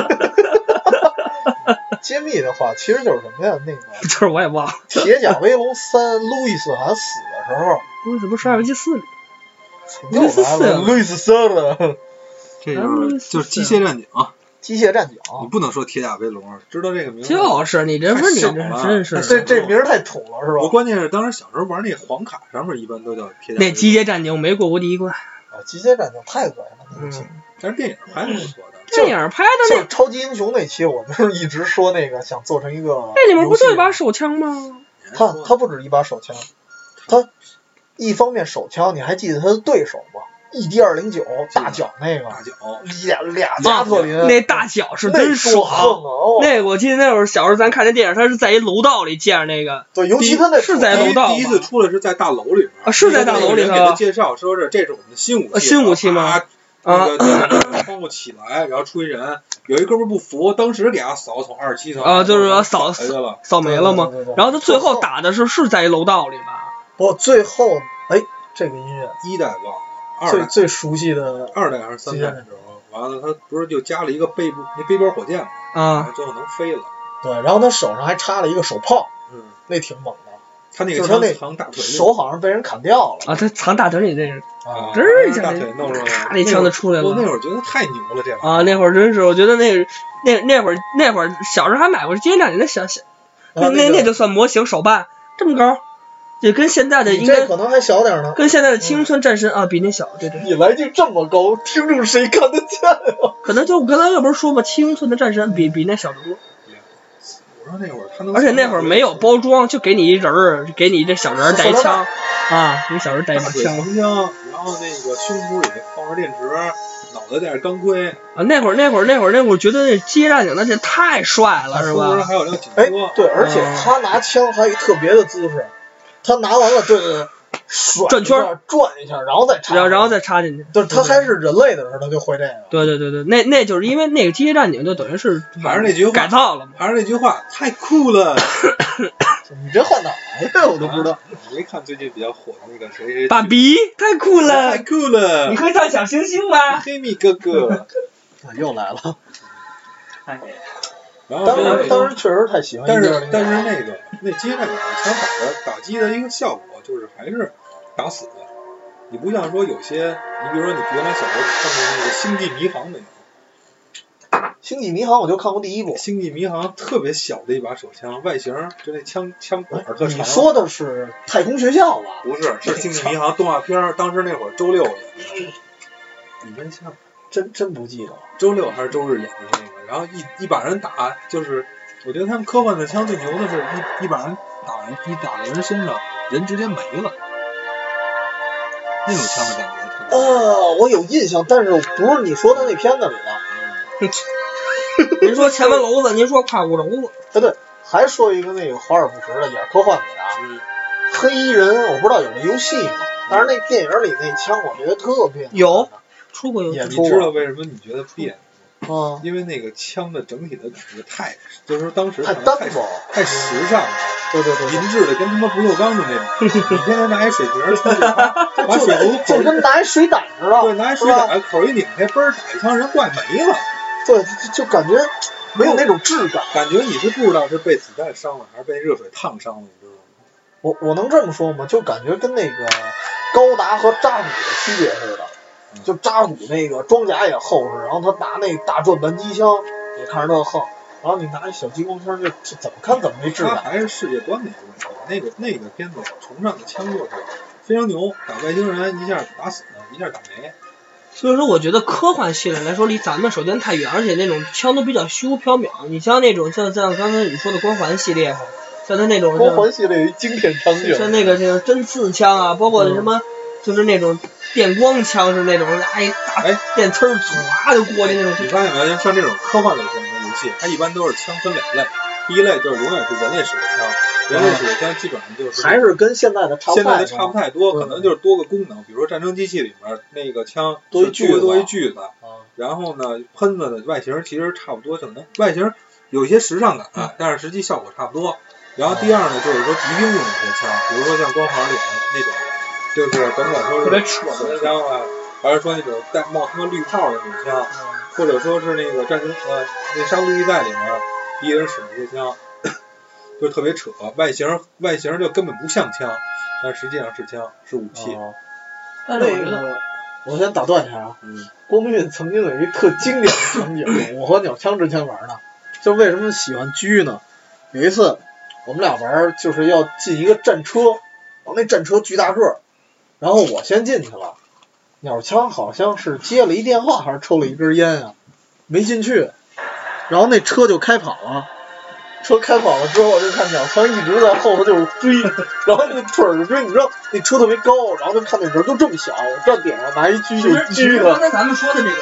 A: 揭秘的话，其实就是什么呀？那个
E: 这事儿我也忘了。
A: 《铁甲威龙三》路易斯好像死的时候，
E: 不是，这不是《二游记四》里，
A: 又来了路易斯三了，
C: 这就
E: 嗯
C: 是就是机械战警，
A: 机械战警。
C: 你不能说铁甲威龙，哦啊知道这个名字吗。
E: 就是你这不是你
C: 太小了
E: 这真是
A: 这这名儿太土了，是
C: 我
A: 吧？
C: 关键是当时小时候玩那黄卡上面一般都叫铁甲。
E: 那机，械战警没过过第一关，
A: 啊，机械战警太恶心了，那
E: 嗯
A: 个，
C: 但是电影拍的不错的。
E: 电影拍的
A: 就是
E: 那
A: 超级英雄那期，我们 是一直说那个想做成一个
E: 那里面不就
A: 对
E: 一把手枪吗？
A: 他他不止一把手枪，他一方面手枪，你还记得他的对手吗？ED 二零九大脚那个，
C: 大脚，
A: 俩俩加特林，
E: 那大脚是真
A: 那多横
E: 爽。
A: 啊！哦，
E: 那我记得那会儿小时候咱看那电影，他是在一楼道里见着那个，
A: 对，尤其他那
E: 是在楼道吗
C: 第一次出来是在大楼里边
E: 啊是在大楼里头
C: 那个人给他介绍说是这是我们的新武器，
E: 啊新武器吗
C: 啊，那个那个窗户起来，然后出一人，有一哥们儿不服，当时给他扫从二十七层
E: 啊就是要扫
C: 去了，
E: 扫没了吗？
A: 对？对对对
E: 然后他最后打的是是在一楼道里吧？
A: 不，最后哎，这个音乐
C: 一代忘了，
E: 啊
C: 二
A: 最
C: 代
A: 最熟悉的
C: 二代还是三代的时候，完了他不是就加了一个背部那背包火箭嘛，然
E: 啊，
C: 后最后能飞了，
A: 对，然后他手上还插了一个手炮，
C: 嗯，
A: 那挺猛的，
C: 他那
A: 就
C: 个
A: 是他
C: 枪藏
A: 那
C: 大腿里
A: 手好像被人砍掉了
E: 啊，他藏大腿里那是，
C: 啊，
E: 真是一下
C: 大腿弄出来，
E: 咔那枪就出来
C: 我那
E: 了。
C: 会儿觉得太牛了，这玩意儿
E: 啊，那会儿真是，我觉得那那那会儿那会儿小时候还买过《机械战警》的小小，
A: 啊
E: 那
A: 那个
E: 那那就算模型手办这么高，就跟现在的
A: 你
E: 应
A: 这
E: 该
A: 可能还小点儿呢。
E: 跟现在的青春战神啊比那小，对对，
A: 你来句这么高，听众谁看得见啊？
E: 可能就我刚才要不是说嘛，青春的战神比比那小得多，
C: 我说那会儿他能，
E: 而且那会儿没有包装，就给你一人儿，就给你这小人儿带一枪啊，给小人儿带一把
C: 大腿
E: 枪
C: 长枪，然后那个胸脯里放着电池，脑袋戴着钢盔，
E: 啊。那会儿那会儿那会儿那会儿觉得那机械战警那这太帅了是
C: 后边
E: 吧？
C: 还有辆警车
A: 哎，，对，而且
E: 啊
A: 他拿枪还有一特别的姿势，他拿完了，对对对，甩
E: 转圈
A: 一下转一下，然后再插，
E: 然后然后再插进去，
A: 就是他还是人类的时候，他就会这个。
E: 对对对对，那那就是因为那个机械战警就等于是
C: 还是那句话
E: 改造了嘛。
C: 还是那句话，太酷了！
A: 你这换哪来的我都不知道。
C: 你没看最近比较火的那个谁谁，
E: 爸比 太酷了
C: 太，酷了
E: 你，会唱小星星吗？
C: 黑米哥哥。
A: 啊又来了，
C: 然后
A: 当时
C: 那
A: 当时确实太喜欢
C: 但
A: 一个
C: 是
A: 人
C: 但是那个那街上枪打的打击的一个效果就是还是打死的，你不像说有些，你比如说你原来小时候看过那个《星际迷航》没有？
A: 星际迷航》，我就看过第一部
C: 《。星际迷航》特别小的一把手枪，外形就那枪枪管儿特长。
A: 你说的是太空学校吧？
C: 不是？是《星际迷航》动画片儿，当时那会儿周六演
A: 嗯
C: 的，你真像
A: 真真不记得了。
C: 周六还是周日演的那个，然后一一把人打，就是我觉得他们科幻的枪最牛的是一一把人打一打在人身上，人直接没了。
G: 那种枪的感觉特别好。
A: 啊，我有印象，但是不是你说的那片子里的。
E: 您说前门楼子，您说胯骨轴子，
A: 哎，对，还说一个那个华尔布什的，也是科幻里的啊，
C: 嗯
A: 黑衣人，我不知道有这游戏吗？但是那电影里那枪，我觉得特别
E: 有出过有
A: 也
C: 你
A: 出
C: 知道
A: 过
C: 为什么你觉得别扭？
A: 啊，
C: 因为那个枪的整体的感觉太，就是说当时
A: 太
C: 可能
A: 单
C: 太
A: 薄，
C: 太时尚了，
A: 对对对对，
C: 银制的跟他妈不锈钢的那种，你天天拿一水 瓶儿出去拿，把
A: 就
C: 水壶
A: 跟就
C: 口
A: 跟拿一水胆似的，
C: 对，拿一水
A: 哦是吧
C: 胆口一拧开，嘣儿打一枪，人怪没了，
A: 对，就就感觉没有那种质感。
C: 感觉你是不知道是被子弹伤了还是被热水烫伤了，你知道吗？
A: 我我能这么说吗？就感觉跟那个高达和扎古的区别似的，
C: 嗯
A: 就扎古那个装甲也厚实，然后他拿那大转扳机枪也看着特横，然后你拿一小激光枪，就就怎么看怎么没质
C: 它
A: 感。
C: 还是世界观的一个问题。那个那个片子崇尚的枪就是非常牛，打外星人一下打死，一下打没。
E: 所以说我觉得科幻系列来说离咱们首先太远，而且那种枪都比较虚无缥缈。你像那种像像刚才你说的光环系列哈，像他那种
A: 光环系列一经典场景，
E: 像那个这个针刺枪啊，包括
A: 嗯
E: 什么。就是那种电光枪，是那种哎大
C: 哎
E: 电刺儿唰就过去那种，
C: 你发现没有？就像这种科幻类型的游戏，它一般都是枪分两类，第一类就是永远是人类使的枪，人类使的枪基本上就是
A: 还是跟现在的差不
C: 现在
A: 太
C: 的
A: 多
C: 差不太多，
A: 嗯
C: 可能就是多个功能，比如说战争机器里面那个枪
A: 多一
C: 是
A: 锯
C: 多
A: 子
C: 多一锯子，
A: 啊，
C: 然后呢，喷子的外形其实差不多，可能外形有些时尚感，啊
E: 嗯
C: 但是实际效果差不多。然后第二呢，就是说敌兵用的一些
E: 哦
C: 枪，比如说像光环里的那种，就是甭管说
E: 特别
C: 是
E: 扯
C: 手枪啊，还是说那种带冒他妈绿泡的那种枪，
E: 嗯
C: 或者说是那个战争呃那沙漠地带里面敌人使的那些枪， 就特别扯，外形外形就根本不像枪，但实际上是枪，是武器。
A: 哦
E: 但是我觉
A: 那
E: 得
A: 个我先打断一下啊，
C: 嗯，
A: 光晕曾经有一特经典的场景，我和鸟枪之前玩的，就为什么喜欢狙呢？有一次我们俩玩，就是要进一个战车，然后那战车巨大个儿，然后我先进去了，鸟枪好像是接了一电话还是抽了一根烟啊，没进去，然后那车就开跑了。车开跑了之后，就看鸟枪一直在后头就是 追，然后那腿儿就追，你知道那车特别高，然后就看那人就这么小，我站顶上拿一狙
E: 其
A: 就
E: 实其
A: 狙
E: 实
A: 他
E: 刚。才咱们说的这个，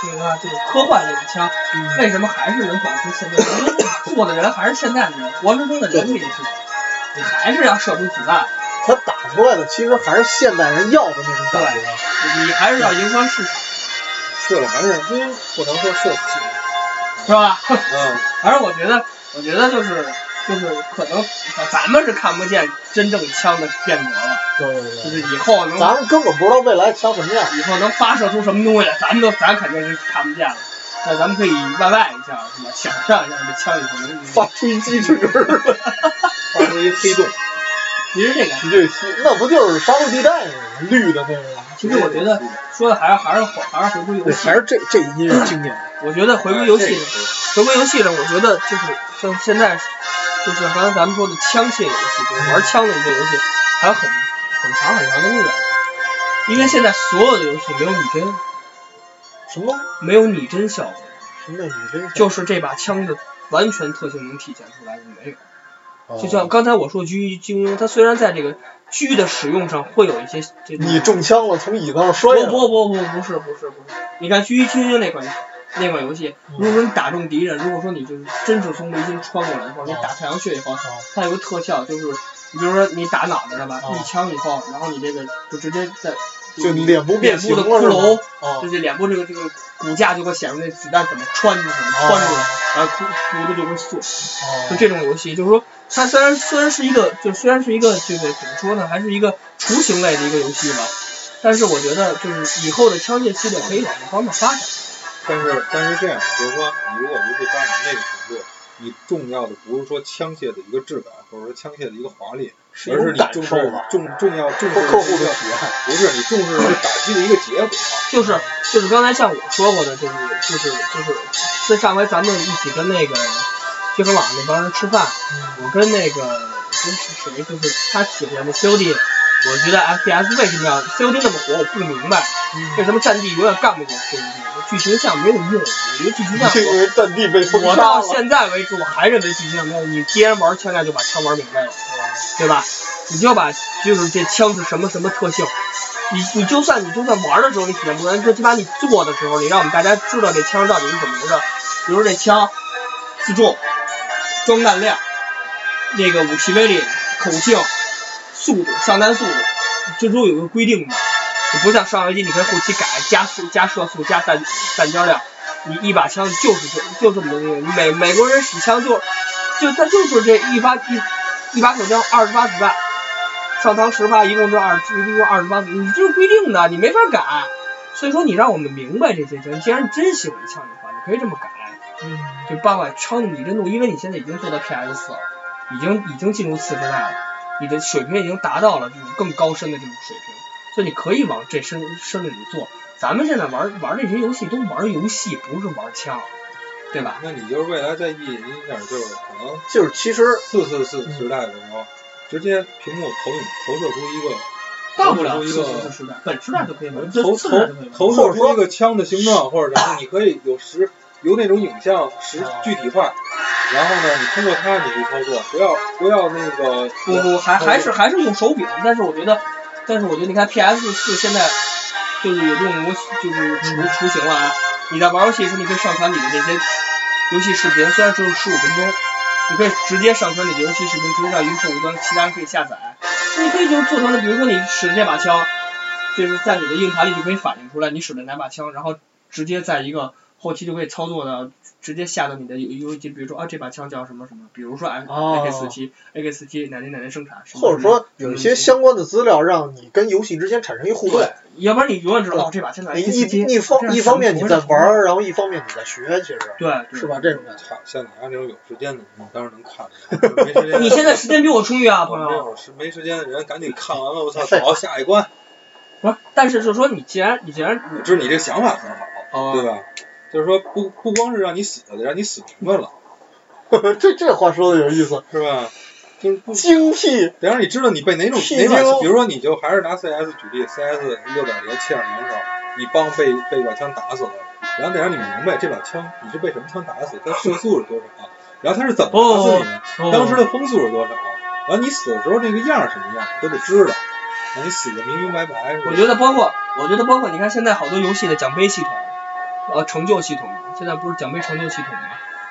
E: 这个这个科幻这个枪，
A: 嗯
E: 为什么还是能保持现在？咱们做的人还是现在的人，活生生的人给你做，你还是要射出子弹，
A: 他打出来的其实还是现代人要的那种感觉。
E: 你还是要迎合市场，
C: 射了还是因
A: 嗯
C: 为不能说射死，
E: 是吧？
C: 嗯，
E: 反正我觉得，我觉得就是就是可能咱们是看不见真正枪的变革了，
A: 对对
E: 就是，以后能
A: 咱们根本不知道未来枪什么样。
E: 以后能发射出什么东西，咱都咱肯定是看不见了。那咱们可以外外一下，是吧？想象一下这枪以后能
A: 发吹机之人儿，
C: 发出一黑洞。
E: 其实这个
A: 你这那不就是沙漠地带那种绿的那个吗？
E: 其实我觉得说的还是还是回还是回归游
A: 对，
E: 戏
A: 还。是这这一音乐经典。
E: 我觉得回归游戏呢，回归游戏呢，我觉得就是像现在，就是刚才咱们说的枪械游戏，就是玩枪的一些游戏，还有很很长很长的路要走。因为现在所有的游戏没有拟真，
A: 什么
E: 没有拟真效果，
A: 什么？你真
E: 就是这把枪的完全特性能体现出来的没有。
A: 哦
E: 就像刚才我说狙精英，它虽然在这个狙的使用上会有一些这种
A: 你中枪了，从椅子上摔下来。
E: 不不不不不是不是不是，你看《狙击精英》那款那款游戏，如果说你打中敌人，如果说你就是真是从围巾穿过来的话，你打太阳穴以后，它有个特效就是，你比如说你打脑袋了吧，
A: 哦
E: 一枪以后，然后你这个就直接在
A: 就脸部变
E: 脸
A: 形
E: 部
A: 了
E: 的
A: 是
E: 骷
A: 吗
E: 髅，
A: 啊
E: 就是脸部这个这个骨架就会显出那子弹怎么穿进去，怎么
A: 哦
E: 穿出来，然后骨骨头就会碎。就
A: 哦
E: 这种游戏，就是说它虽然虽然是一个，就虽然是一个这个怎么说呢，还是一个雏形类的一个游戏吧，但是我觉得就是以后的枪械系列可以往这方面发展。
C: 但是但是这样，就是说，你如果游戏发展到那个程度，你重要的不是说枪械的一个质感，或者说枪械的一个华丽，
A: 是一
C: 而是
A: 种
C: 你
A: 感
C: 重
A: 受
C: 视
A: 吧，
C: 重重要重视
A: 客客户
C: 这
A: 的
C: 个
A: 体验。
C: 不是你重视是打击的一个结果。啊
E: 就是就是刚才像我说过的，就是就是就是，这上回咱们一起跟那个贴合网那帮人吃饭，我跟那个跟是谁，就是他喜欢的 COD，我觉得 FPS 为什么要 COD 那么火，我不明白为什么战地永远干不过 COD，剧情向没有用，我觉得剧情向
A: 因为战地被封
E: 我
A: 杀
E: 到
A: 了。
E: 现在为止，我还认为自己没有你既然玩枪架，就把枪玩明白了，对吧？你就把就是这枪是什么什么特性，
B: 你你就算你就算玩的时候你体验不完，最起码你做的时候，你让我们大家知道这枪到底是怎么回事。比如说这枪自重、装弹量、那个武器威力、口径、速度、上弹速度，这都有个规定的。你不像上游机，你可以后期改加速、加射速、加弹弹胶量。你一把枪就是这就这么多东西。美美国人使枪就就他就是这一发一一把手枪二十发子弹，上膛十发，一共就二一共就二十发子弹，你这是规定的，你没法改。所以说你让我们明白这些事，你既然真喜欢枪的话，你可以这么改。
A: 嗯，
B: 就八百超你这路，因为你现在已经做到 PS 四了，已经已经进入次时代了，你的水平已经达到了这种更高深的这种水平，所以你可以往这深深里做。咱们现在玩玩这些游戏都玩游戏，不是玩枪，对吧？
C: 那你就是未来再意淫一下，就是可能
A: 就是其实
C: 四四四时代的时候，直接屏幕投影投射出一个
B: 到不了四十时代，本时代就可以玩，
C: 投
B: 次时代就可以玩。
C: 投射出一个枪的形状，或者什么，你可以有实由那种影像实
B: 啊
C: 具体化，然后呢，你通过它你去操作，不要不要那个
B: 不不，还还是还是用手柄，但是我觉得，但是我觉得你看 PS 四现在就是有这种模式就是雏雏形了啊。你在玩游戏的时候，你可以上传你的那些游戏视频，虽然只有十五分钟，你可以直接上传你的游戏视频，直接到云客户端，其他人可以下载。你可以就是做成了，比如说你使这把枪，就是在你的硬盘里就可以反映出来你使的哪把枪，然后直接在一个后期就可以操作的，直接下到你的游游戏机，比如说啊这把枪叫什么什么，比如说 M AK 四七、AK 四七哪年哪年生产，什么
A: 或者说有一些
B: 什么
A: 相关的资料，让你跟游戏之间产生一互动。
B: 要不然你永远知道哦这把枪在
A: 一
B: AK 四七，
A: 一一方一方面你在玩儿，然后一方面你在学，其实
B: 对，对
A: 是吧？这种感觉。
C: 操，像你这种有时间的，我当然能看。没时间，
B: 你现在时间比我充裕啊，
C: 我
B: 朋
C: 们这
B: 友。
C: 会儿是没时间的人，赶紧看完了，我操，走下一关。
B: 不是，但是就是说你既然你既然
C: 我知道你这想法很好，
B: 哦
C: 对吧？就是说不不光是让你死的，让你死明白了，
A: 这这话说的有意思，
C: 是吧？就是不
A: 精辟。
C: 得让你知道你被哪种
A: 屁
C: 哪把
A: 丢
C: 枪，比如说你就还是拿 CS 举例，CS 六点零、七点零的时候，你帮被被一把枪打死了，然后得让你明白这把枪你是被什么枪打死，它射速是多少，啊然后它是怎么打死你的，
B: 嗯
C: 当时的风速是多少，然后你死的时候那个样儿什么样都得知道，让你死的明明白白。是吧
B: 我觉得包括，我觉得包括，你看现在好多游戏的奖杯系统，呃，成就系统，现在不是奖杯成就系统吗？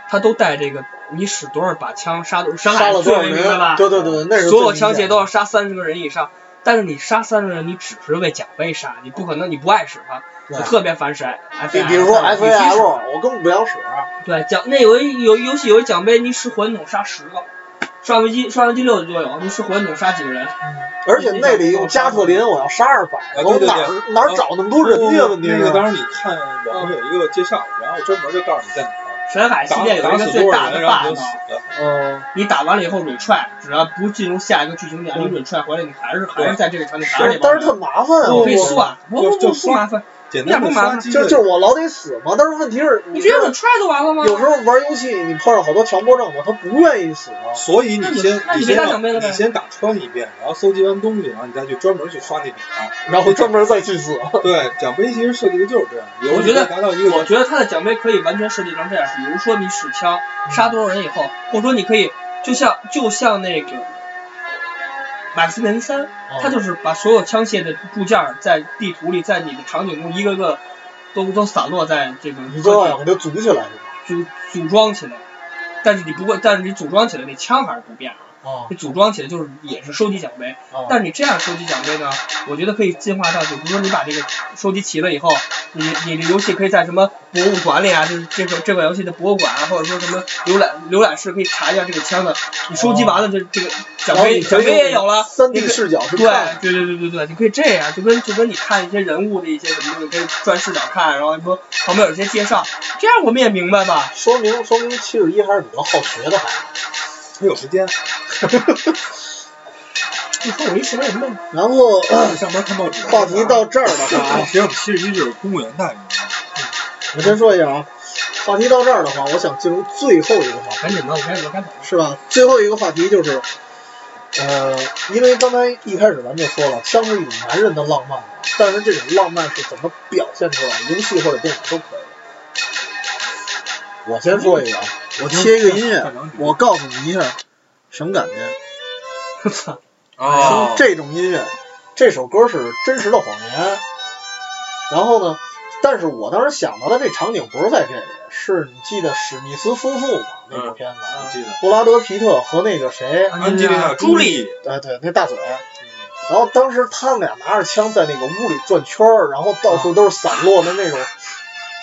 B: 它都带这个，你使多少把枪杀多伤
A: 杀
B: 害
A: 了多
B: 最
A: 少
B: 为明白吧
A: 人？？对对对，那是
B: 所有枪械都要
A: 要。
B: 杀三十个人以上，但是你杀三十个人，你只是为奖杯杀，你不可能你不爱使它，
A: 对
B: 我特别烦谁。
A: 比比如说
B: F
A: S A L，我根本不想使。啊
B: 对奖那有一有游戏有一奖杯，你使火焰筒杀十个，刷危机刷危机六就有，你使火焰筒杀几个人？
A: 而且那里用加特林，我要杀二百
C: 啊对
A: 个，我
C: 对对
A: 哪儿哪儿找那么多人啊家问题
C: 那个当
A: 是？
C: 时你看网上有一个介绍，然后专门就告诉你在哪儿
B: 神海系
C: 打
B: 哎列有一
C: 打
B: 个
C: 死
B: 最
C: 多
B: 大
C: 少人，
B: 的
C: 然后
B: bug
C: 你就。死了。
A: 嗯，
B: 你打完了以后 retry，只要不进入下一个剧情点，你 retry 回来，你还是还是在这个场景打
A: 嗯是
B: 里
A: 但
B: 边
A: 是。特麻烦啊！
B: 你可以
A: 我
B: 算，不不不不麻烦，
C: 简单的刷机
A: 就
C: 的
A: 就是我老得死嘛。但是问题是，
B: 你直接 retry 就完了吗？
A: 有时候玩游戏，你碰上好多强迫症的，他不愿意死啊。
C: 所以
B: 那
C: 你
B: 你
C: 先
B: 那你别
C: 先
B: 打奖杯了呗
C: 你先打穿一遍，然后搜集完东西，然后你再去专门去刷那点。啊
A: 然后专门再去死。啊
C: 对，奖杯其实设计的就是这样，有时候
B: 哦我觉得
C: 你能达到一个
B: 我觉得它的奖杯可以完全设计成这样，比如说你使枪杀多少人以后，或者说你可以就像就像那个马克思门三，它就是把所有枪械的部件儿在地图里，在你的场景中一个个都都散落在这个
A: 你最后想给它组起来是吧？
B: 组组装起来，但是你不过但是你组装起来那枪还是不变的。
A: 啊
B: 你组装起来就是也是收集奖杯，
A: 啊
B: 但是你这样收集奖杯呢，我觉得可以进化到，就比如说你把这个收集齐了以后，你你的游戏可以在什么博物馆里啊，就是这个这款游戏的博物馆啊，或者说什么浏览浏览室可以查一下这个枪的，你收集完了这这个奖杯奖杯也有了，
A: 三 D
B: 你可以
A: 视角去
B: 对
A: 看，
B: 对对对对对，你可以这样，就跟就跟你看一些人物的一些什么东西，可以转视角看，然后说旁边有一些介绍，这样我们也明白吧？
A: 说明说明七十一还是比较好学的孩子。
C: 他有时 间，
B: 你说我一什么也没有，
A: 然后呃
C: 上班看报纸。啊
A: 话题到这儿的话，
C: 其实我们七十一就是公务员待遇，啊
A: 我先说一下啊，话题到这儿的话，我想进入最后一个话题，
B: 赶紧吧，我该走该走。
A: 是吧？最后一个话题就是，呃，因为刚才一开始咱们就说了，枪是一种男人的浪漫，啊但是这种浪漫是怎么表现出来，游戏或者电影都可以。我先说一个，啊，我切一个音乐，啊我告诉你一下什么感觉。
B: 我操！
C: 哦
H: 啊，
A: 这种音乐这首歌是真实的谎言。然后呢，但是我当时想到的这场景不是在这里，是你记得史密斯夫妇吗？那部片子
C: 我
A: 啊，
C: 记得
A: 布拉德皮特和那个谁，
B: 嗯
C: 安吉丽
B: 啊
C: 娜·朱莉，
A: 对对，那大嘴。然后当时他们俩拿着枪在那个屋里转圈儿，然后到处都是散落的那种，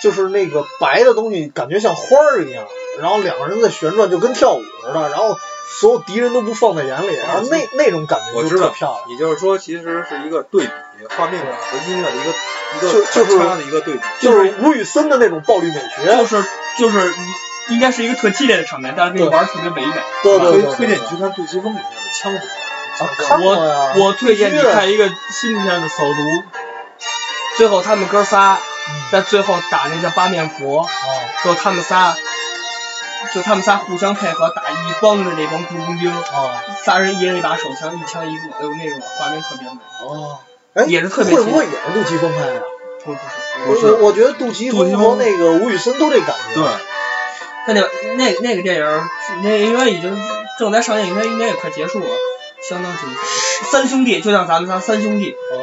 A: 就是那个白的东西，感觉像花儿一样。然后两个人在旋转，就跟跳舞似的。然后所有敌人都不放在眼里，然后那那种感觉
C: 我
A: 就
C: 知
A: 特
C: 道
A: 漂亮。
C: 也就是说，其实是一个对比，画面感和音乐的一个一
A: 就
C: 个
A: 就是
C: 穿插的一个对比。
A: 就是吴宇森的那种暴力美学
B: 就，是就是应该是一个特激烈的场面，但是这个玩儿特别唯美。
A: 对对
C: 所
A: 对
C: 以
A: 对，
C: 推荐你
A: 对
C: 去看杜琪峰里面的枪火，
A: 啊，看过啊呀，
B: 我推荐你看一个新片的《扫毒》，最后他们哥仨在最后打那叫八面佛，
A: 啊
B: 就他们仨，就他们仨互相配合打一帮的那帮雇佣兵，
A: 啊
B: 仨人一人一把手枪，一枪一个，哎呦那种画面特别美。
A: 哦，哎，
B: 也是特别
A: 会不会也是杜琪峰拍的？
B: 不是不是，
A: 我我我觉得杜琪
I: 杜
A: 峰
I: 琪峰
A: 和那个吴宇森都这感觉。
I: 对，
B: 他那那那个电影儿，那应该已经正在上映，应该应该也快结束了，相当久。三兄弟就像咱们仨三兄弟，
A: 啊，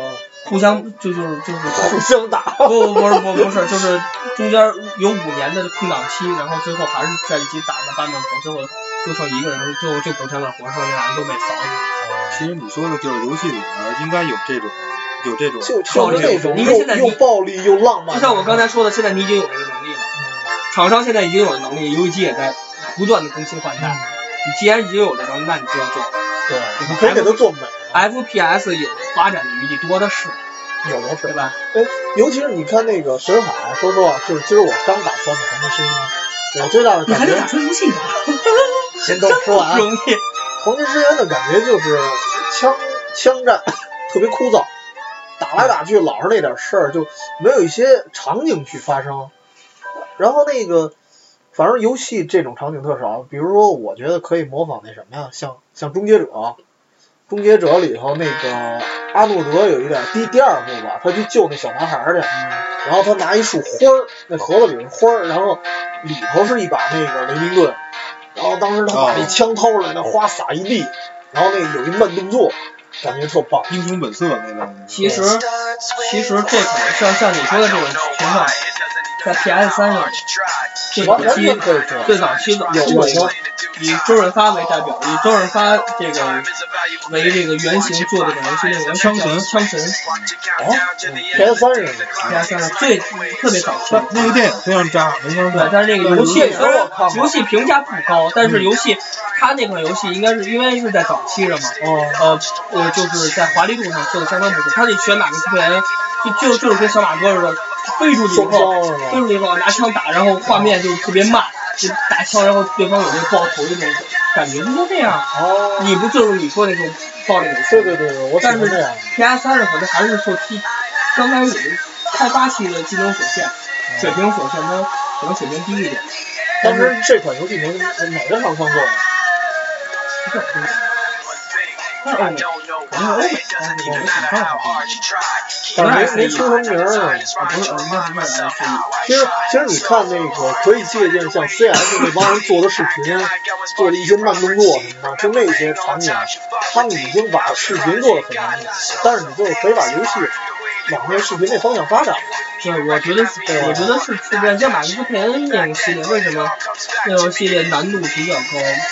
B: 互相就就是就是
A: 互相打。
B: 不不不是不不是，就是中间有五年的空档期，然后最后还是在一起打的八面佛，最后就剩一个人，最后这口枪的活，剩下俩人都被扫死。
I: 其实你说的就是游戏里面应该有这种有这种
A: 就
B: 靠
A: 就是
B: 这
A: 那
B: 种
A: 种
B: 因为现在
A: 又
B: 你
A: 又暴力又浪漫。
B: 就像我刚才说的，现在你已经有这个能力了，厂商现在已经有能力，游戏机也在不断的更新换
A: 嗯
B: 代。你既然已经有这能力，那你就要做。
A: 对，你可以给它做美，
B: FPS 有发展的余地多的是，
A: 有的
B: 对
A: 是。
B: 吧？
A: 尤其是你看那个神海，说实话，就是今儿我刚打三百什么声音，我最大的
B: 你还
A: 感
B: 能打
A: 觉，
B: 出游戏来，
A: 先等我说完
B: 不
A: 啊。
B: 容易。
A: 黄金之间的感觉就是枪枪战特别枯燥，打来打去老是那点事儿，就没有一些场景去发生。然后那个，反正游戏这种场景特少。比如说，我觉得可以模仿那什么呀，像像《终结者》，《终结者》里头那个阿诺德有一个第第二部吧，他去救那小男孩儿去，然后他拿一束花儿，那盒子里是花儿，然后里头是一把那个雷明顿，然后当时他把那枪掏出来，那花洒一地，然后那个有一慢动作，感觉特棒。
I: 英雄本色那种。
B: 其实，其实这种像像你说的这种情况，在 PS 三上最早
A: 完完
B: 期
A: 全可以这样。
B: 最早期的
A: 有
B: 出过
A: 有
B: 以周润发为代表，以周润发这个为这个原型做的这种游戏内容，
I: 枪神
B: 枪神
A: 哦，PS 三是什么？
B: ，PS 三上最特别早期
C: 嗯
I: 但。那个电影非常渣，没法
B: 对
I: 看，。
B: 但是这个游戏
A: 游戏
B: 虽然
A: 我看过
B: 游戏评价不高，但是游戏它那款游戏应该是因为是在早期了嘛，呃呃就是在华丽度上做的相当不错，他得选哪个特别，就就就是跟小马哥似的，飞出去以
A: 双
B: 后
A: 枪是吧？
B: 飞出去以后拿枪打，然后画面就特别慢，就打枪然后对方有那爆头的那种感觉，就都这样。
A: 哦，
B: 你不就是你说那种暴力游戏？
A: 对对对对，我喜
B: 但
A: 欢
B: 是
A: 这样。
B: PS 三可能还是受技刚开始开发期的技能所限，水平所限，它可能水平低一点。
A: 当时这款游戏能哪个厂商做的？
B: 但是欧美，可能欧美欧美没想到，
A: 但是没没出什么名儿。
B: 不是欧美欧美来说，
A: 其实其实你看那个可以借鉴像 CS 那帮人做的视频，做的一些慢动作什么的，就那些场景，他们已经把视频做的很完美，但是你就是可以把游戏往那视频那方向发展了。
B: 对，我觉得是，我觉得是出现像马克思佩恩那种系列，为什么那种系列难度比较高？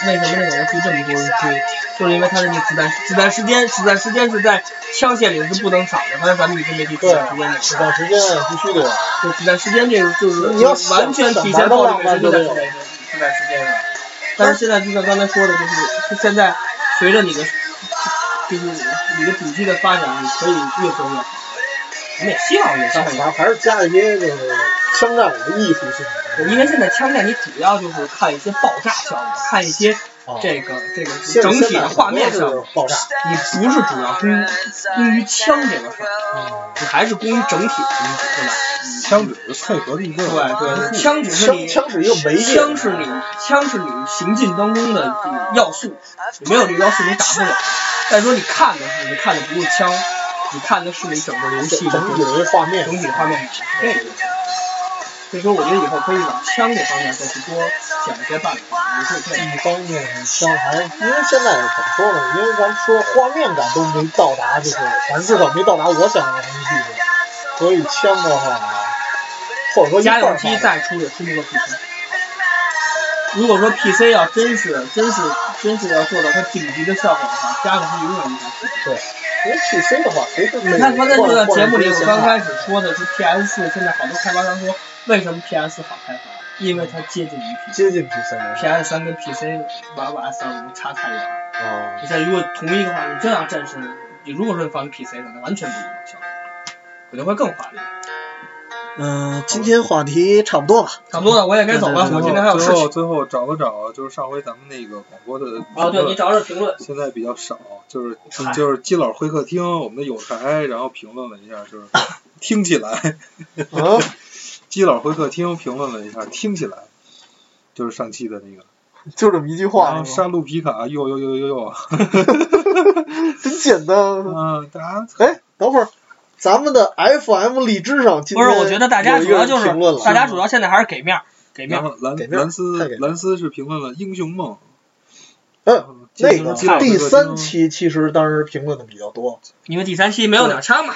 B: 为什么那种游戏这么多人追？就是因为它的那子弹子弹时间，子弹时间是在枪械里是不能少的，反正咱们已经没第子
A: 对
B: 弹时间了，，
A: 子弹时间必须得有。
B: 就子弹时间这个就是
A: 你要想
B: 完全体现暴力本身就在子弹时间上。但是现在就像刚才说的，就是就现在随着你的就是你的主机的发展，你可以越做越好。我们也希望越做
A: 但
B: 越
A: 是
B: 好，
A: 还是加一些就是枪战里的艺术性的东西。
B: 因为现在枪战你主要就是看一些爆炸效果，看一些
A: 啊
B: 这个这个
A: 现在
B: 整体
A: 现在
B: 的
A: 很
B: 画面
A: 多
B: 效
A: 是
B: 果，
A: 爆炸。
B: 你不是主要攻攻于枪这个事儿，
A: 嗯，
B: 你还是攻于整体的东西，对吧？嗯
I: 枪只是配合的一个。
B: 对对，枪只是
A: 嗯枪
B: 你
A: 枪是一个媒介。
B: 枪是你枪是你行进当中的要素，你没有这个要素你打不了。再说你看的是你看的不是枪，你看的是你整个游戏的
A: 整体的一个画面。
B: 整体画面感。这个所以说我觉得以后可以往枪这方面再去多想一些办法，也会这样。
A: 一方面像还因为现在怎么说呢？因为咱说画面感都没到达，就是咱至少没到达我想要的那个地步，所以枪的话，或者说一
B: 家
A: 半
B: 用
A: 儿
B: 机
A: 吧
B: 再出也出不过 PC。如果说 PC 要真是真是真是要做到它顶级的效果的话，家用机永远无法取代。
A: 因为 PC 的话，谁是
B: 你看刚才就在节目里，我刚开始说的是 PS 现在好多开发商说为什么 PS 好开发，因为它接近于 PC。
A: 接近 PC 了
B: PS 三跟 PC 玩玩三五差太远了。
A: 啊，
B: 你像如果同一个话，你真要战士，你如果说你放一 PC 上，那完全不一样效果，可能会更华丽。
A: 嗯，今天话题差不多吧，
B: 差不多了，我也该走了，
C: 最
B: 我
C: 后
B: 今天还有事
C: 最后
B: 情。
C: 最后找了找，就是上回咱们那个广播的
E: 哦
B: 啊，对你找找评论，
C: 现在比较少，就是
B: 嗨
C: 就是基佬会客厅我们的有台，然后评论了一下，就是听起来
A: 嗯，
C: 基佬会客厅评论了一下，听起来就是上期的那个，
A: 就这么一句
C: 然
A: 话
C: 后，杀戮皮卡，哟哟哟哟哟，
A: 很简单。
C: 嗯，大家
A: 哎，等会儿，咱们的 FM 荔枝上今
B: 不
A: 天
B: 是，我觉得大家主要就
A: 有一个
B: 是
A: 人评论了
B: 大家主要现在还是给面儿，给
C: 然
B: 面儿。
C: 后兰
A: 给面儿
C: 兰斯
A: 太给面儿
C: 兰斯是评论了《英雄梦》，
A: 嗯，那个
C: 基佬
A: 第
C: 会客
A: 三
C: 厅，
A: 期其实当时评论的比较多，
B: 因为第三期没有鸟枪嘛，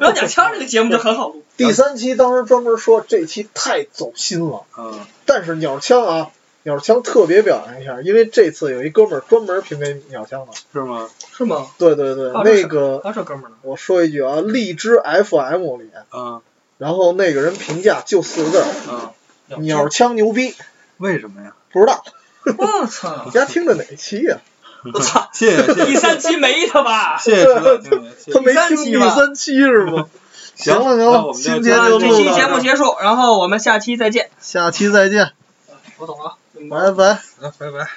B: 没有
C: 嗯
B: 鸟枪这个节目就很好录。
A: 第三期当时专门说这期太走心了，
C: 嗯，
A: 但是鸟枪啊，鸟枪特别表扬一下，因为这次有一哥们儿专门评给鸟枪的，
C: 是吗？
B: 是吗？
A: 对对对，
B: 啊
A: 那个
B: 啊，这哥们儿呢？
A: 我说一句啊，荔枝 FM 里，
C: 嗯
A: 然后那个人评价就四个字儿
C: 嗯，：
A: 鸟枪牛逼，
C: 为什么呀？
A: 不知道
B: 我操
A: 你！家听的哪期呀、
B: 我操！
C: 谢谢谢
B: 第三期没了吧？
C: 谢谢指导听友，谢谢。
A: 他没听第三期是吗？行了行
C: 那我
A: 了，
C: 们
A: 今
C: 就
A: 天就
B: 啊这
A: 录
B: 期节
A: 到
B: 目
A: 这儿，
B: 结束，然后我们下期再见。
A: 下期再见，
B: 我懂了。
A: 拜拜。
C: 啊拜拜。